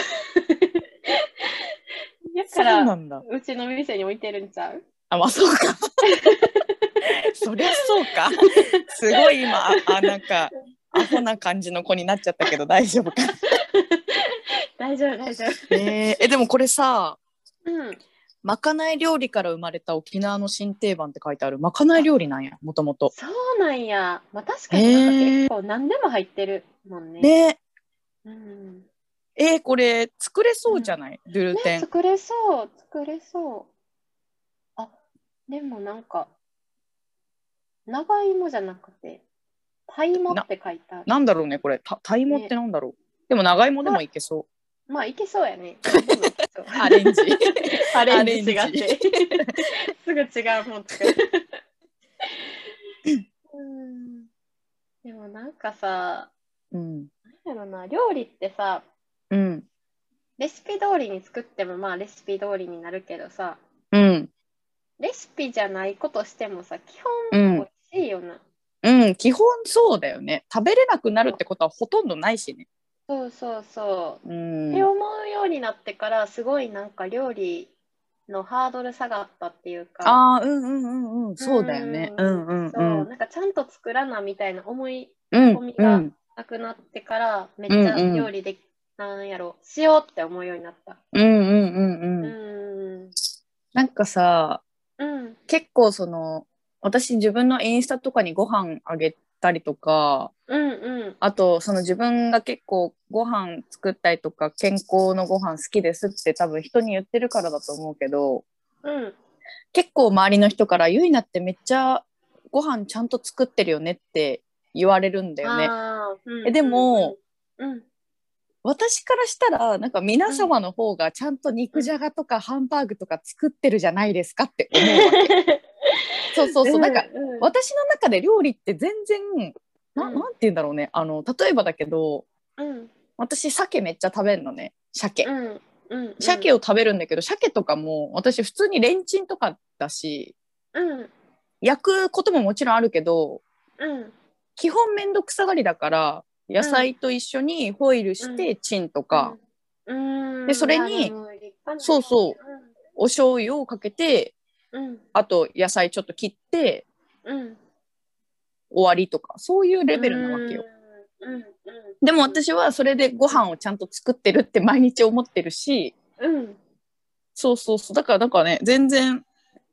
Speaker 3: や
Speaker 2: そう
Speaker 3: から、
Speaker 2: な
Speaker 3: うん
Speaker 2: だ。
Speaker 3: ちの店に置いてるんちゃう
Speaker 2: あ、まあ <laughs> そうか。そりゃそうか。すごい今、ああ、なんか、アホな感じの子になっちゃったけど大丈夫か。
Speaker 3: 大丈夫、大丈夫。
Speaker 2: えー、え、でもこれさ、
Speaker 3: うん。
Speaker 2: まかない料理から生まれた沖縄の新定番って書いてある。まかない料理なんや、もともと。
Speaker 3: そうなんや。まあ、確かになんか結構何でも入ってるもんね。
Speaker 2: ね
Speaker 3: うん、
Speaker 2: えー、これ作れそうじゃない、ドゥルテ
Speaker 3: ね
Speaker 2: ン。
Speaker 3: 作れそう、作れそう。あ、でもなんか、長芋じゃなくて、タイモって書いてある。
Speaker 2: なんだろうね、これ。たタイモってなんだろう。でも長芋でもいけそう。
Speaker 3: まあ、いけそうやね。でもそう
Speaker 2: <laughs> アレ
Speaker 3: <laughs>
Speaker 2: ンジ
Speaker 3: アレンジ違
Speaker 2: アレ
Speaker 3: っ
Speaker 2: ンジ
Speaker 3: て <laughs> すぐ違うもん作るうんでもなんかさ
Speaker 2: うん
Speaker 3: なんだろうな料理ってさ
Speaker 2: うん
Speaker 3: レシピ通りに作ってもまあレシピ通りになるけどさ
Speaker 2: うん
Speaker 3: レシピじゃないことしてもさ基
Speaker 2: う
Speaker 3: 本美
Speaker 2: ん
Speaker 3: 味しいよな、
Speaker 2: うん基本そうだよね食べれなくなるってことはほとんどないしね
Speaker 3: そうそうそううっ
Speaker 2: ん
Speaker 3: て思うようになってからすごいなんか料理のハードル下がったっていうか
Speaker 2: ああうんうんうんうんそうだよねうんうん
Speaker 3: そううんなんかちゃんと作らなみたいな思い
Speaker 2: うん
Speaker 3: 込み
Speaker 2: う
Speaker 3: が
Speaker 2: ん
Speaker 3: なくなってからめっちゃ
Speaker 2: うんうん
Speaker 3: 料理でき、なんやろしようって思うようになった。
Speaker 2: うんうんうんう
Speaker 3: う
Speaker 2: ん
Speaker 3: ん
Speaker 2: なんかさ
Speaker 3: うん
Speaker 2: 結構その私自分のインスタとかにご飯あげたりとか
Speaker 3: うんうん
Speaker 2: あとその自分が結構ご飯作ったりとか健康のご飯好きですって多分人に言ってるからだと思うけど
Speaker 3: うん
Speaker 2: 結構周りの人から「ゆいなってめっちゃご飯ちゃんと作ってるよね」って言われるんだよね。
Speaker 3: あーうん
Speaker 2: えでも、
Speaker 3: うん
Speaker 2: 私からしたらなんか皆様の方がちゃんと肉じゃがとかハンバーグとか作ってるじゃないですかって思うわ
Speaker 3: <laughs>
Speaker 2: け。そうそうそう、なんか
Speaker 3: うん
Speaker 2: 私の中で料理って全然な
Speaker 3: うん
Speaker 2: なんて言うんだろうねあの例えばだけど
Speaker 3: うん
Speaker 2: 私鮭めっちゃ食べるのね鮭、
Speaker 3: うんうん
Speaker 2: 鮭を食べるんだけど鮭とかも私普通にレンチンとかだし
Speaker 3: うん
Speaker 2: 焼くことももちろんあるけど
Speaker 3: うん
Speaker 2: 基本めんどくさがりだから野菜と一緒にホイルしてチンとか、
Speaker 3: うん
Speaker 2: でそれにそうそうお醤油をかけて
Speaker 3: うんうん
Speaker 2: あと野菜ちょっと切って
Speaker 3: うん
Speaker 2: 終わりとかそういうレベルなわけよ。
Speaker 3: うんうん
Speaker 2: でも私はそれでご飯をちゃんと作ってるって毎日思ってるし、
Speaker 3: うん
Speaker 2: そうそうそう。だからなんかね、全然、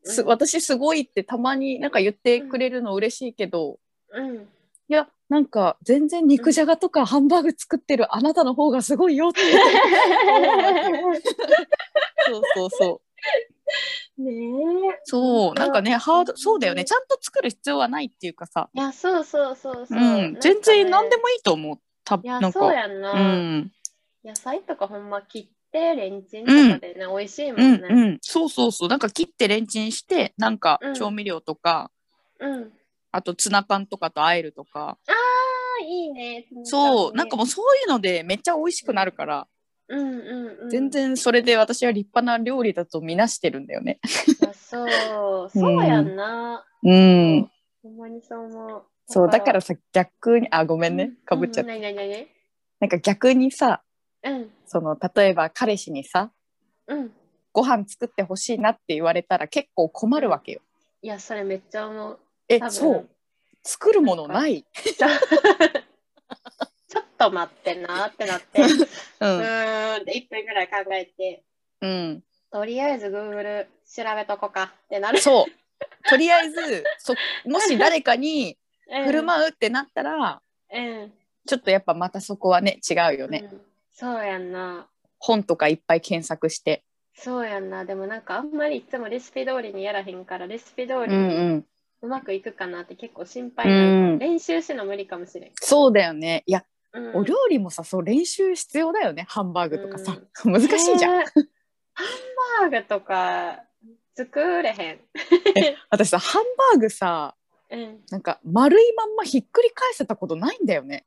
Speaker 2: す
Speaker 3: うん
Speaker 2: 私すごいってたまになんか言ってくれるの嬉しいけど、
Speaker 3: うん <laughs>
Speaker 2: いや、なんか全然肉じゃがとかハンバーグ作ってるあなたの方がすごいよって。そうそうそう。
Speaker 3: ねえ
Speaker 2: そう、なんかね、ハード、そうだよね。ちゃんと作る必要はないっていうかさ、
Speaker 3: いやそうそうそうそうう、
Speaker 2: ん、全然何で
Speaker 3: も
Speaker 2: もいいと思う。た
Speaker 3: いや
Speaker 2: なん
Speaker 3: そう
Speaker 2: か、
Speaker 3: やんな、
Speaker 2: うん、
Speaker 3: 野菜とかほんま切ってレンチンとかでね、美味しいも
Speaker 2: うん、
Speaker 3: んね
Speaker 2: うん、そうそうそう。なんか切ってレンチンして、なんか
Speaker 3: うん
Speaker 2: 調味料とか、
Speaker 3: うん、
Speaker 2: あとツナ缶とかと和えるとか、
Speaker 3: あーいいね
Speaker 2: そう、なんかもうそういうのでめっちゃ美味しくなるから、
Speaker 3: う、うんうんうん、
Speaker 2: 全然それで私は立派な料理だとみなしてるんだよね。
Speaker 3: いや
Speaker 2: <laughs>
Speaker 3: そうそうやんな、
Speaker 2: うん。
Speaker 3: ほんまにそう思う
Speaker 2: そう、だからさ、逆に、あ、ごめんね、かぶっちゃった。
Speaker 3: うんうん、何何
Speaker 2: なんか逆にさ、
Speaker 3: 何うん
Speaker 2: その、例えば彼氏にさ、
Speaker 3: うん
Speaker 2: ご飯作ってほしいなって言われたら結構困るわけよ。
Speaker 3: いやそれめっちゃ思う
Speaker 2: え
Speaker 3: 多、分
Speaker 2: そう、作るものない。
Speaker 3: ちょちょっと待ってなってなっ
Speaker 2: <laughs>
Speaker 3: て
Speaker 2: う。
Speaker 3: うんーんで1分ぐらい考えて
Speaker 2: うん。
Speaker 3: とりあえず Google 調べとこかってなる。
Speaker 2: そう。とりあえず、そもし誰かに
Speaker 3: うん
Speaker 2: 振る舞うってなったら、
Speaker 3: うん
Speaker 2: ちょっとやっぱまたそこはね、違うよね。
Speaker 3: うんそうやんな。
Speaker 2: 本とかいっぱい検索して。
Speaker 3: そうやんな。でもなんかあんまりいつもレシピ通りにやらへんから、レシピ通
Speaker 2: う
Speaker 3: り
Speaker 2: ん
Speaker 3: に
Speaker 2: うん。
Speaker 3: うまくいくかなって結構心配
Speaker 2: う
Speaker 3: なの、
Speaker 2: ん、
Speaker 3: 練習しの無理かもしれん。
Speaker 2: そうだよね。いや、
Speaker 3: うん
Speaker 2: お料理もさ、そう練習必要だよね。ハンバーグとかさ、難しいじゃん。
Speaker 3: ねえハンバーグとか作れへん。
Speaker 2: 私さ、ハンバーグさ、
Speaker 3: うん、
Speaker 2: なんか丸いまんまひっくり返せたことないんだよ
Speaker 3: <laughs>
Speaker 2: ね。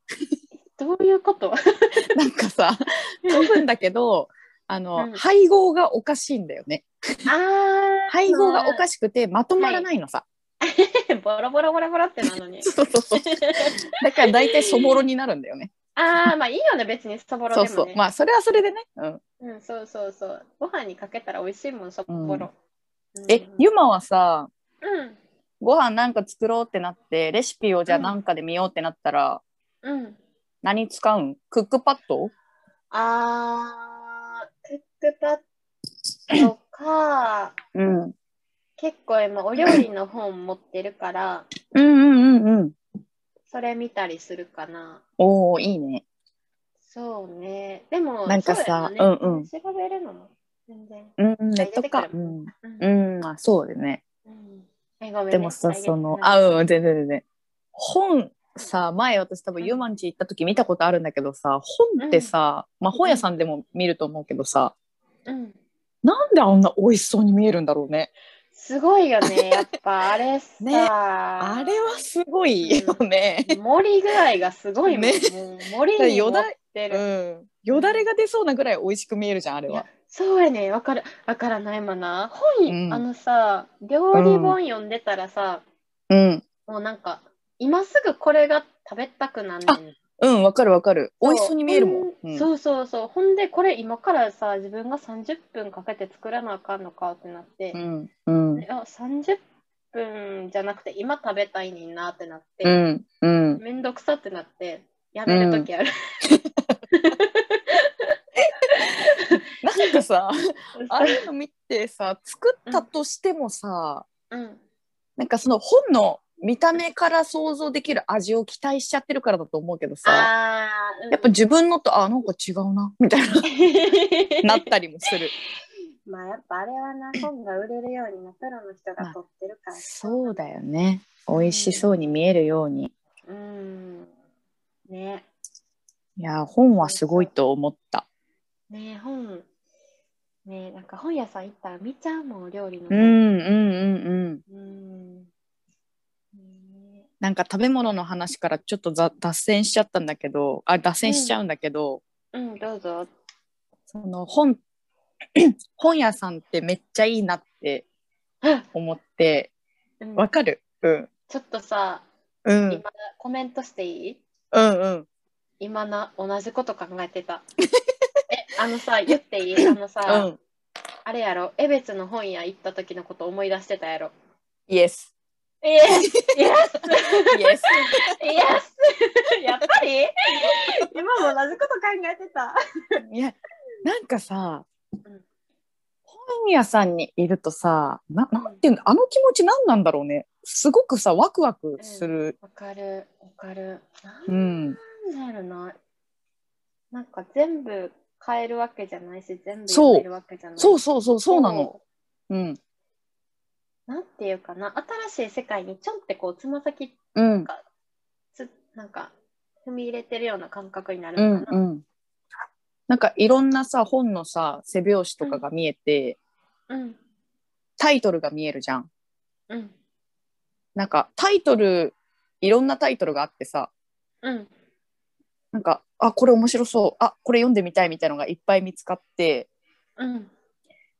Speaker 3: どういうこと
Speaker 2: なんかさ、多分だけど、あの、
Speaker 3: うん
Speaker 2: 配合がおかしいんだよね。
Speaker 3: あ
Speaker 2: 配合がおか
Speaker 3: し
Speaker 2: しくてまとまらないのさ。
Speaker 3: い。ボロボロボロボロってな
Speaker 2: <laughs>
Speaker 3: のに。
Speaker 2: そうそうそう。だから大体そぼろになるんだよね。
Speaker 3: ああ、まあいいよね、別に <laughs> そぼろで
Speaker 2: そ
Speaker 3: も、
Speaker 2: う
Speaker 3: ね。
Speaker 2: そう。まあそれはそれでね。うん。
Speaker 3: うん、そうそうそう。ご飯にかけたら美味しいもん、そぼろ。うん
Speaker 2: え、ゆまはさ、
Speaker 3: うん、
Speaker 2: ご飯なんか作ろうってなって、レシピをじゃあなんかで見ようってなったら、
Speaker 3: うん。
Speaker 2: 何使うんクックパッド
Speaker 3: あー、クックパッ <coughs> ドか、
Speaker 2: うん。うん
Speaker 3: 結構今お料理の本持ってるから、
Speaker 2: うんうんうん。
Speaker 3: それ見たりするかな。
Speaker 2: おおいいね。
Speaker 3: そうね。でも、
Speaker 2: なんかさ
Speaker 3: そうやね
Speaker 2: うんうん
Speaker 3: 調べれるのも全然。
Speaker 2: うん、ネ
Speaker 3: 出
Speaker 2: ット
Speaker 3: て
Speaker 2: か
Speaker 3: く。
Speaker 2: う
Speaker 3: るも
Speaker 2: ん、
Speaker 3: うん
Speaker 2: うん、まあそうだよね。
Speaker 3: うんえごめんね
Speaker 2: でもさ、
Speaker 3: 来月
Speaker 2: その、
Speaker 3: な
Speaker 2: あ、うん、全然全然。本さ、前私多分ユーマンチ行った時見たことあるんだけどさ、本ってさ、まあ本屋さんでも見ると思うけどさ、
Speaker 3: うん。
Speaker 2: なんであんな美味しそうに見えるんだろうね。
Speaker 3: すごいよ
Speaker 2: <laughs>
Speaker 3: ね、やっぱあれさ、
Speaker 2: ねあれはすごいよね。
Speaker 3: 盛り具合がすごいもん、
Speaker 2: ね
Speaker 3: もう盛りに盛って
Speaker 2: う
Speaker 3: る。
Speaker 2: ん。よだれが出そうなぐらい美味しく見えるじゃん、あれ
Speaker 3: いや
Speaker 2: は。
Speaker 3: そうやね、わかる、わからないまな。本、
Speaker 2: うん
Speaker 3: あのさ、料理本読んでたらさ、
Speaker 2: うん。
Speaker 3: もうなんか、今すぐこれが食べたくなんねん。
Speaker 2: うん、わかるわかる。美
Speaker 3: そう
Speaker 2: 味しそうに見えるも
Speaker 3: ほ
Speaker 2: ん。うん
Speaker 3: そうそうそう。ほんで、これ今からさ、自分が30分かけて作らなあかんのかってなって、
Speaker 2: うん。うん
Speaker 3: い。や30分じゃなくて、今食べたいねんなってなっ
Speaker 2: う
Speaker 3: て、
Speaker 2: ん。うん。
Speaker 3: めんどくさってなって、やめるときある。
Speaker 2: なんかさ、ああ
Speaker 3: う
Speaker 2: いうの見てさ、作ったとしてもさ、
Speaker 3: ん。
Speaker 2: なんかその本の見た目から想像できる味を期待しちゃってるからだと思うけどさ、
Speaker 3: あー、うん <laughs>
Speaker 2: やっぱ自分のと、あ、なんか違うな、みたいな、なったりもす
Speaker 3: <laughs>
Speaker 2: る。
Speaker 3: まあやっぱあれはな本が売れるようになプロの人が撮ってるから、
Speaker 2: そうだよね。美味しそうに見えるように。
Speaker 3: うーんね
Speaker 2: いやー、本はすごいと思った。
Speaker 3: ね本ねなんか本屋さん行ったら見ちゃうもん料理の
Speaker 2: うんうんうんうん。
Speaker 3: うーんね
Speaker 2: なんか食べ物の話からちょっとざ脱線しちゃったんだけど、あ、脱線しちゃうんだけど、
Speaker 3: うんどうぞ
Speaker 2: その本、 <clears throat> 本屋さんってめっちゃいいなって
Speaker 3: あ
Speaker 2: 思って、
Speaker 3: うん
Speaker 2: わかるうん。
Speaker 3: ちょっとさ
Speaker 2: うん。
Speaker 3: 今コメントしていい
Speaker 2: うんうん。
Speaker 3: 今な同じこと考え
Speaker 2: <laughs>
Speaker 3: てたえあのさ言っていいあのさ、
Speaker 2: うん。
Speaker 3: あれやろ江別の本屋行った時のこと思い出してたやろ
Speaker 2: イエ <laughs> ス。
Speaker 3: え <laughs>
Speaker 2: イ
Speaker 3: え
Speaker 2: エス。
Speaker 3: いや、やっぱり今も同じこと考えてた。
Speaker 2: いや、なんかさ、
Speaker 3: ん
Speaker 2: 本屋さんにいるとさ、ななんていうの、あの気持ち何なんだろうね。すごくさ、ワクワクする。
Speaker 3: わかる、わかる。なん
Speaker 2: うん。
Speaker 3: だろうな。なんか全部変えるわけじゃないし、全部
Speaker 2: そう
Speaker 3: 変えるわけじゃない。
Speaker 2: そうそうそう、そうなの。。うん。
Speaker 3: なんていうかな、新しい世界にちょんってこう、つま先
Speaker 2: うん。
Speaker 3: つ、なんか、踏み入れてるような感覚になる
Speaker 2: う
Speaker 3: の
Speaker 2: ん
Speaker 3: かな。
Speaker 2: うん。なんかいろんなさ、本のさ、背表紙とかが見えて、
Speaker 3: うん、
Speaker 2: タイトルが見えるじゃん。
Speaker 3: うん、
Speaker 2: なんかタイトル、いろんなタイトルがあってさ、
Speaker 3: うん、
Speaker 2: なんか、あ、これ面白そう。あ、これ読んでみたいみたいのがいっぱい見つかって、
Speaker 3: うん、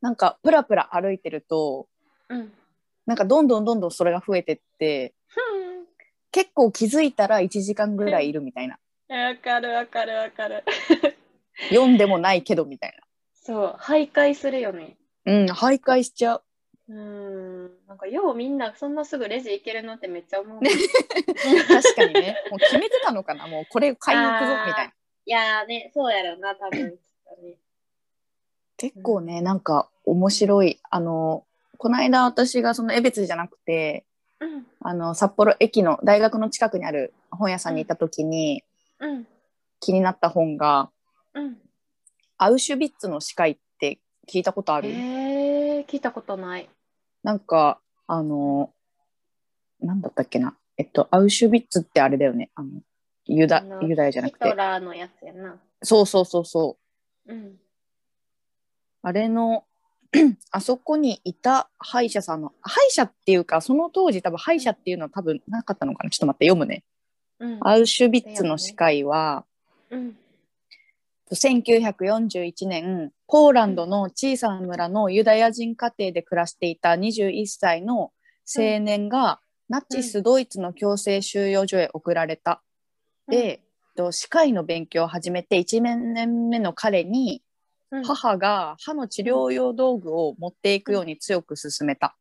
Speaker 2: なんかプラプラ歩いてると、
Speaker 3: うん。
Speaker 2: なんかどんどんどんどんそれが増えてって、結構気づいたら1時間ぐらいいるみたいな。
Speaker 3: わかるわかるわかる。
Speaker 2: 読んでもないけどみたい
Speaker 3: そう、徘徊するよね。
Speaker 2: な。うん、徘徊しちゃう。
Speaker 3: うーんなんかようみんなそんなすぐレジ行けるのってめっちゃ思うも <laughs> ん。い
Speaker 2: 確かにね。もう決めてたのかなもうこれ買いに行くぞみたいな。
Speaker 3: やーね、そうやろうな、多分。きっとね
Speaker 2: 結構ね、なんか面白い。あの、この間私がその江別じゃなくて、
Speaker 3: うん、
Speaker 2: あの、札幌駅の大学の近くにある本屋さんにいた時に
Speaker 3: うん、
Speaker 2: 気になった本が、
Speaker 3: うん。
Speaker 2: アウシュビッツの歯科医って聞いたことある、
Speaker 3: えー、聞いたことない。
Speaker 2: なんか、あの、なんだったっけな。えっと、アウシュビッツってあれだよね。あの、ユ
Speaker 3: あ
Speaker 2: ダ
Speaker 3: の、
Speaker 2: ユダヤじゃなく
Speaker 3: ヒ
Speaker 2: て
Speaker 3: ト。ラーのやつやな。
Speaker 2: そうそうそうそう。
Speaker 3: うん。
Speaker 2: あれの <clears throat> あそこにいた歯医者さんの歯医者っていうかその当時多分歯医者っていうのは多分なかったのかなちょっと待って読むね。
Speaker 3: うん。
Speaker 2: アウシュビッツの歯科医は、
Speaker 3: うん。
Speaker 2: 1941年ポーランドの小さな村のユダヤ人家庭で暮らしていた21歳の青年が、ナチスドイツの強制収容所へ送られた。で、えっと歯科医の勉強を始めて1年目の彼に
Speaker 3: うん、
Speaker 2: 母が歯の治療用道具を持っていくように強く勧めた。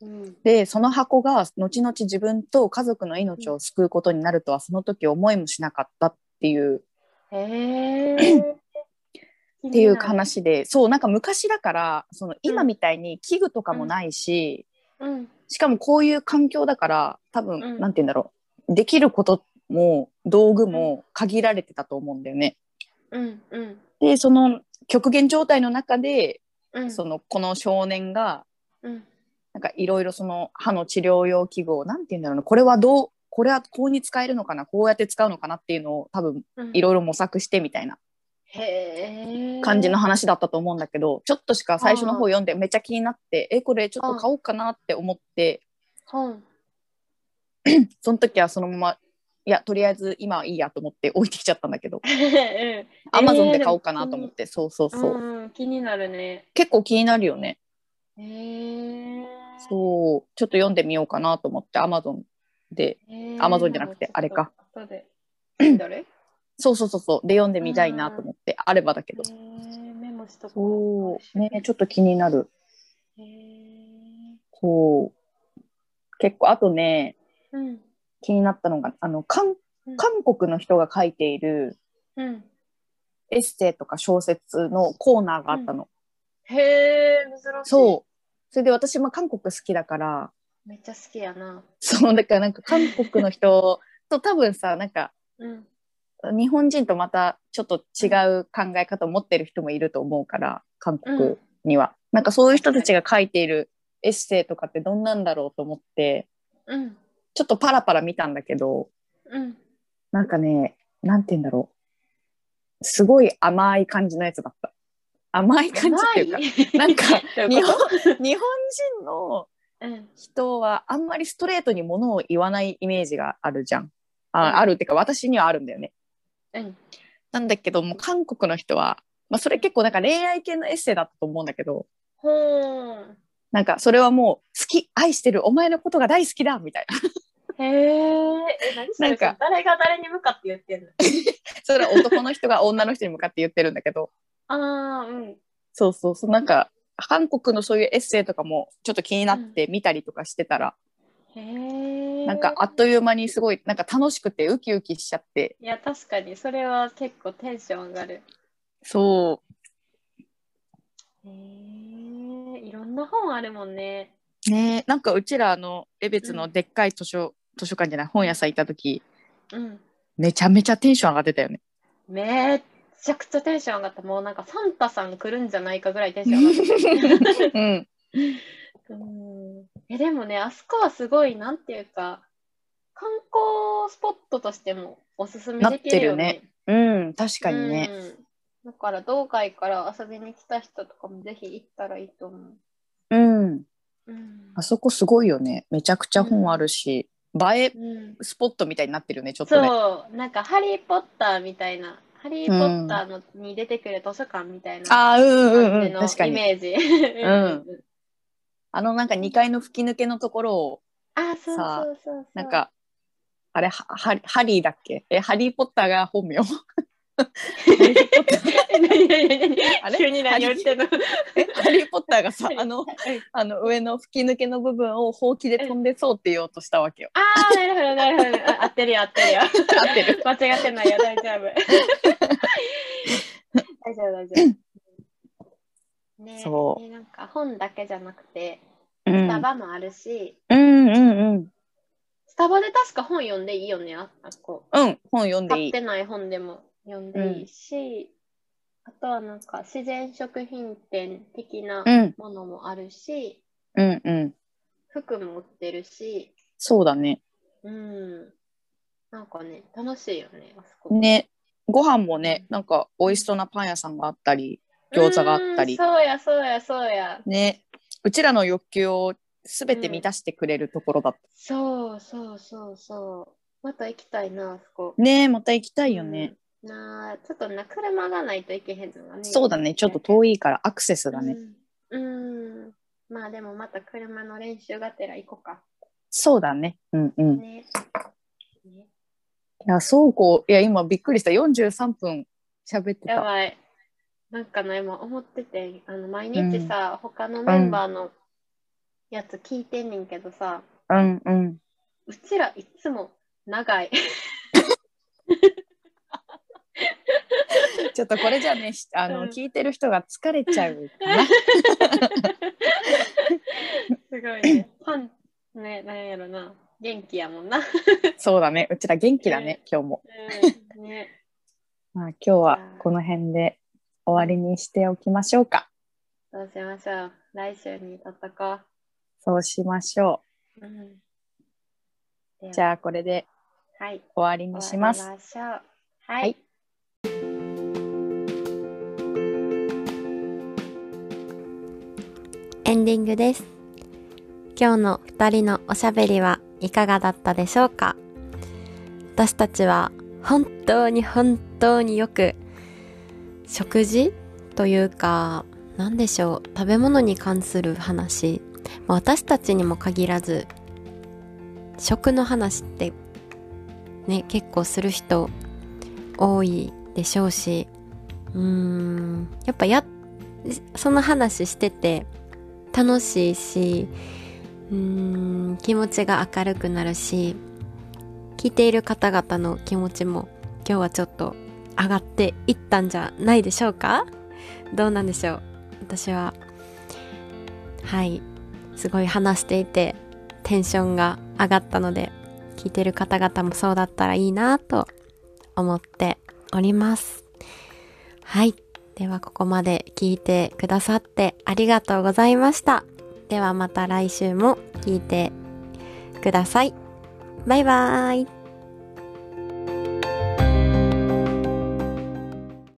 Speaker 3: うん。
Speaker 2: で、その箱が後々自分と家族の命を救うことになるとはその時思いもしなかったっていう、
Speaker 3: えー。っ
Speaker 2: っていう。話で、そう、なんか昔だから、その今みたいに器具とかもないし、
Speaker 3: うん。
Speaker 2: しかもこういう環境だから、多
Speaker 3: う
Speaker 2: 分、
Speaker 3: ん
Speaker 2: なんて言うんだろう、できることも道具も限られてたと思うんだよね。
Speaker 3: うん。うん。
Speaker 2: で、その極限状態の中で、
Speaker 3: うん。
Speaker 2: その、この少年が
Speaker 3: うん。
Speaker 2: なんかいろいろその歯の治療用器具をなんて言うんだろうなこれはどうこれはこうに使えるのかなこうやって使うのかなっていうのを多分
Speaker 3: うん。
Speaker 2: いろいろ模索してみたいな
Speaker 3: へへえ。
Speaker 2: 感じの話だったと思うんだけど、ちょっとしか最初の方読んでめっちゃ気になって、え、これちょっと買おうかなって思って、
Speaker 3: 本。
Speaker 2: その時はそのまま、いや、とりあえず今はいいやと思って置いてきちゃったんだけど、
Speaker 3: うん。
Speaker 2: アマゾンで買おうかなと思って、そうそうそう。
Speaker 3: うんうん、気になるね。
Speaker 2: 結構気になるよね。
Speaker 3: へえ。
Speaker 2: そう、ちょっと読んでみようかなと思って、アマゾンで、
Speaker 3: へえ
Speaker 2: Amazon じゃなくてあれか。
Speaker 3: 後で。誰
Speaker 2: そうそうそうそう、で読んでみたいなと思って、あればだけど。
Speaker 3: メモしとこ
Speaker 2: そう、ね、ちょっと気になる。
Speaker 3: う。へえ。
Speaker 2: そう。結構、あとね、
Speaker 3: うん。
Speaker 2: 気になったのが、あの、韓
Speaker 3: うん
Speaker 2: 韓国の人が書いている
Speaker 3: うん。
Speaker 2: エッセイとか小説のコーナーがあったの。
Speaker 3: へえ、珍しい。
Speaker 2: そう。それで私、まあ、韓国好きだから、 <laughs>
Speaker 3: う。めっちゃ好きやな。
Speaker 2: そう、だからなんか韓国の人と多分さ、なんか、
Speaker 3: うん。
Speaker 2: 日本人とまたちょっと違う考え方を持ってる人もいると思うから、韓国には。なんかそういう人たちが書いているエッセイとかってどんなんだろうと思って、
Speaker 3: うん。
Speaker 2: ちょっとパラパラ見たんだけど、
Speaker 3: うん。
Speaker 2: なんかね、なんて言うんだろう。すごい甘い感じのやつだった。甘い感じっていうか、 <laughs> なんか
Speaker 3: <laughs> どうい
Speaker 2: 日
Speaker 3: うこ
Speaker 2: 本日本人の
Speaker 3: とうん。
Speaker 2: 人はあんまりストレートにものを言わないイメージがあるじゃん。
Speaker 3: うん
Speaker 2: ああるっていうか私にはあるんだよね。
Speaker 3: うん。
Speaker 2: なんだけどもう韓国の人は、まあ、それ結構なんか恋愛系のエッセイだったと思うんだけど
Speaker 3: ほーん。
Speaker 2: なんかそれはもう好き愛してるお前のことが大好きだみたいな <laughs>
Speaker 3: へーえ、何そ
Speaker 2: な
Speaker 3: れ
Speaker 2: んか
Speaker 3: 誰が誰に向かって言ってんの
Speaker 2: それは男の人が女の人に向かって言ってるんだけど
Speaker 3: ああ、うん。
Speaker 2: そうそうそうなんか韓国のそういうエッセイとかもちょっと気になって見たりとかしてたら、
Speaker 3: へえ。
Speaker 2: なんかあっという間にすごいなんか楽しくてウキウキしちゃって
Speaker 3: いや、確かに、それは結構テンション上がる。
Speaker 2: そ
Speaker 3: へえ、いろんな本あるもんね。
Speaker 2: うねなんかうちらあの江別のでっかい図書、図書館じゃない本屋さん行った時
Speaker 3: うん。
Speaker 2: めちゃめちゃテンション上がってたよね。
Speaker 3: めっちゃくちゃテンション上がった。もうなんかサンタさん来るんじゃないかぐらいテンション上がった。
Speaker 2: <laughs> うん、
Speaker 3: <laughs> うんえでもね、あそこはすごい、なんていうか、観光スポットとしてもおすすめできるよね。
Speaker 2: うん、確かにね。
Speaker 3: うん。だから、道外から遊びに来た人とかもぜひ行ったらいいと思う。
Speaker 2: うん、
Speaker 3: うん
Speaker 2: あそこすごいよね。めちゃくちゃ本あるし、映え
Speaker 3: うん、
Speaker 2: スポットみたいになってるよね、ちょっとね。
Speaker 3: そう、なんか、ハリー・ポッターみたいな、ハリー・ポッターの、に出てくる図書館みたいな
Speaker 2: ああ、うんうんうん、
Speaker 3: 感
Speaker 2: 確
Speaker 3: じ
Speaker 2: か
Speaker 3: のイ
Speaker 2: に。
Speaker 3: メー
Speaker 2: <laughs>
Speaker 3: ジ。
Speaker 2: んあのなんか2階の吹き抜けのところを、
Speaker 3: あ、そう
Speaker 2: さあ
Speaker 3: そうそうそう。
Speaker 2: なん、
Speaker 3: <laughs>
Speaker 2: か、あれ、はハリハリーだっけえ、ハリー・ポッターが本 <laughs> 名
Speaker 3: 何何何
Speaker 2: あれ
Speaker 3: 急に何を言ってんの
Speaker 2: えハリー・ポッターがさ、あの、
Speaker 3: うん
Speaker 2: あの上の吹き抜けの部分をほうきで飛んでそうって言おうとしたわけよ。
Speaker 3: ああ、なるほど、なるほど。あ合ってるよ、合ってるよ。
Speaker 2: <laughs> 合ってる。
Speaker 3: 間違ってないよ、大
Speaker 2: <laughs>
Speaker 3: 丈夫。大丈夫、大丈夫。ね
Speaker 2: そ
Speaker 3: ねなんか本だけじゃなくて、
Speaker 2: うん、
Speaker 3: スタバもあるし、
Speaker 2: うんうんうん。
Speaker 3: スタバで確か本読んでいいよね、ああこ
Speaker 2: うん、本読ん
Speaker 3: う。
Speaker 2: でい
Speaker 3: 買っ
Speaker 2: い
Speaker 3: て。ない本でも読んでいいし、あとはなんか自然食品店的な
Speaker 2: うん、
Speaker 3: ものもあるし、
Speaker 2: うんうん。
Speaker 3: 服も売ってるし、
Speaker 2: そうだね。
Speaker 3: うん。なんかね、楽しいよね、あそこ。
Speaker 2: ね、ご飯もね、なんか美味しそうなパン屋さんがあったり、餃子があったり
Speaker 3: うーんそうやそうやそうや。
Speaker 2: ね、うちらの欲求をすべて満たしてくれるところだっ
Speaker 3: そうそうそうそう。また行きたいな、あそこ。
Speaker 2: た。ね、また行きたいよね。
Speaker 3: うん。なあ、ちょっとな、車がないといけへんのがね。
Speaker 2: そうだね、ちょっと遠いからアクセス
Speaker 3: だ
Speaker 2: がね。。
Speaker 3: うん。うんまあでもまた車の練習がてら行こうか。
Speaker 2: そうだね。うんうん。い
Speaker 3: ね。ね
Speaker 2: や、そうこう、いや、今びっくりした。43分喋って
Speaker 3: や
Speaker 2: た。
Speaker 3: ばい。なんかね、今思ってて、あの毎日さ、他のメンバーのやつ聞いてんねんけどさ、
Speaker 2: うんうん。
Speaker 3: うちらいつも長い。
Speaker 2: ちょっとこれじゃね、しあの、
Speaker 3: うん
Speaker 2: 聞いてる人が疲れちゃうか
Speaker 3: <laughs>
Speaker 2: な。
Speaker 3: すごい <coughs> ね。パン、ね、なんやろな。元気やもんな。
Speaker 2: そうだね、うちら元気だね、今日も。
Speaker 3: うん、 <laughs> ね。
Speaker 2: まあ、今日はこの辺で終わりにしておきましょうか。
Speaker 3: どうしましょう。来週に戦お
Speaker 2: そうしましょ
Speaker 3: う。う
Speaker 2: う。
Speaker 3: ん、
Speaker 2: じゃあ、これで
Speaker 3: あ、はい。
Speaker 2: 終わりにします。
Speaker 3: 終わりましょう。はい。
Speaker 2: はい
Speaker 3: エンディングです。今日の二人のおしゃべりはいかがだったでしょうか私たちは本当に本当によく食事というか何でしょう食べ物に関する話まあ私たちにも限らず食の話ってね結構する人多いでしょうしうーんやっぱやその話してて楽しいしうーん気持ちが明るくなるし聞いている方々の気持ちも今日はちょっと上がっていったんじゃないでしょうかどうなんでしょう私ははいすごい話していてテンションが上がったので聞いてる方々もそうだったらいいなと思っておりますはいではここまで聞いてくださってありがとうございましたではまた来週も聞いてくださいバイバーイ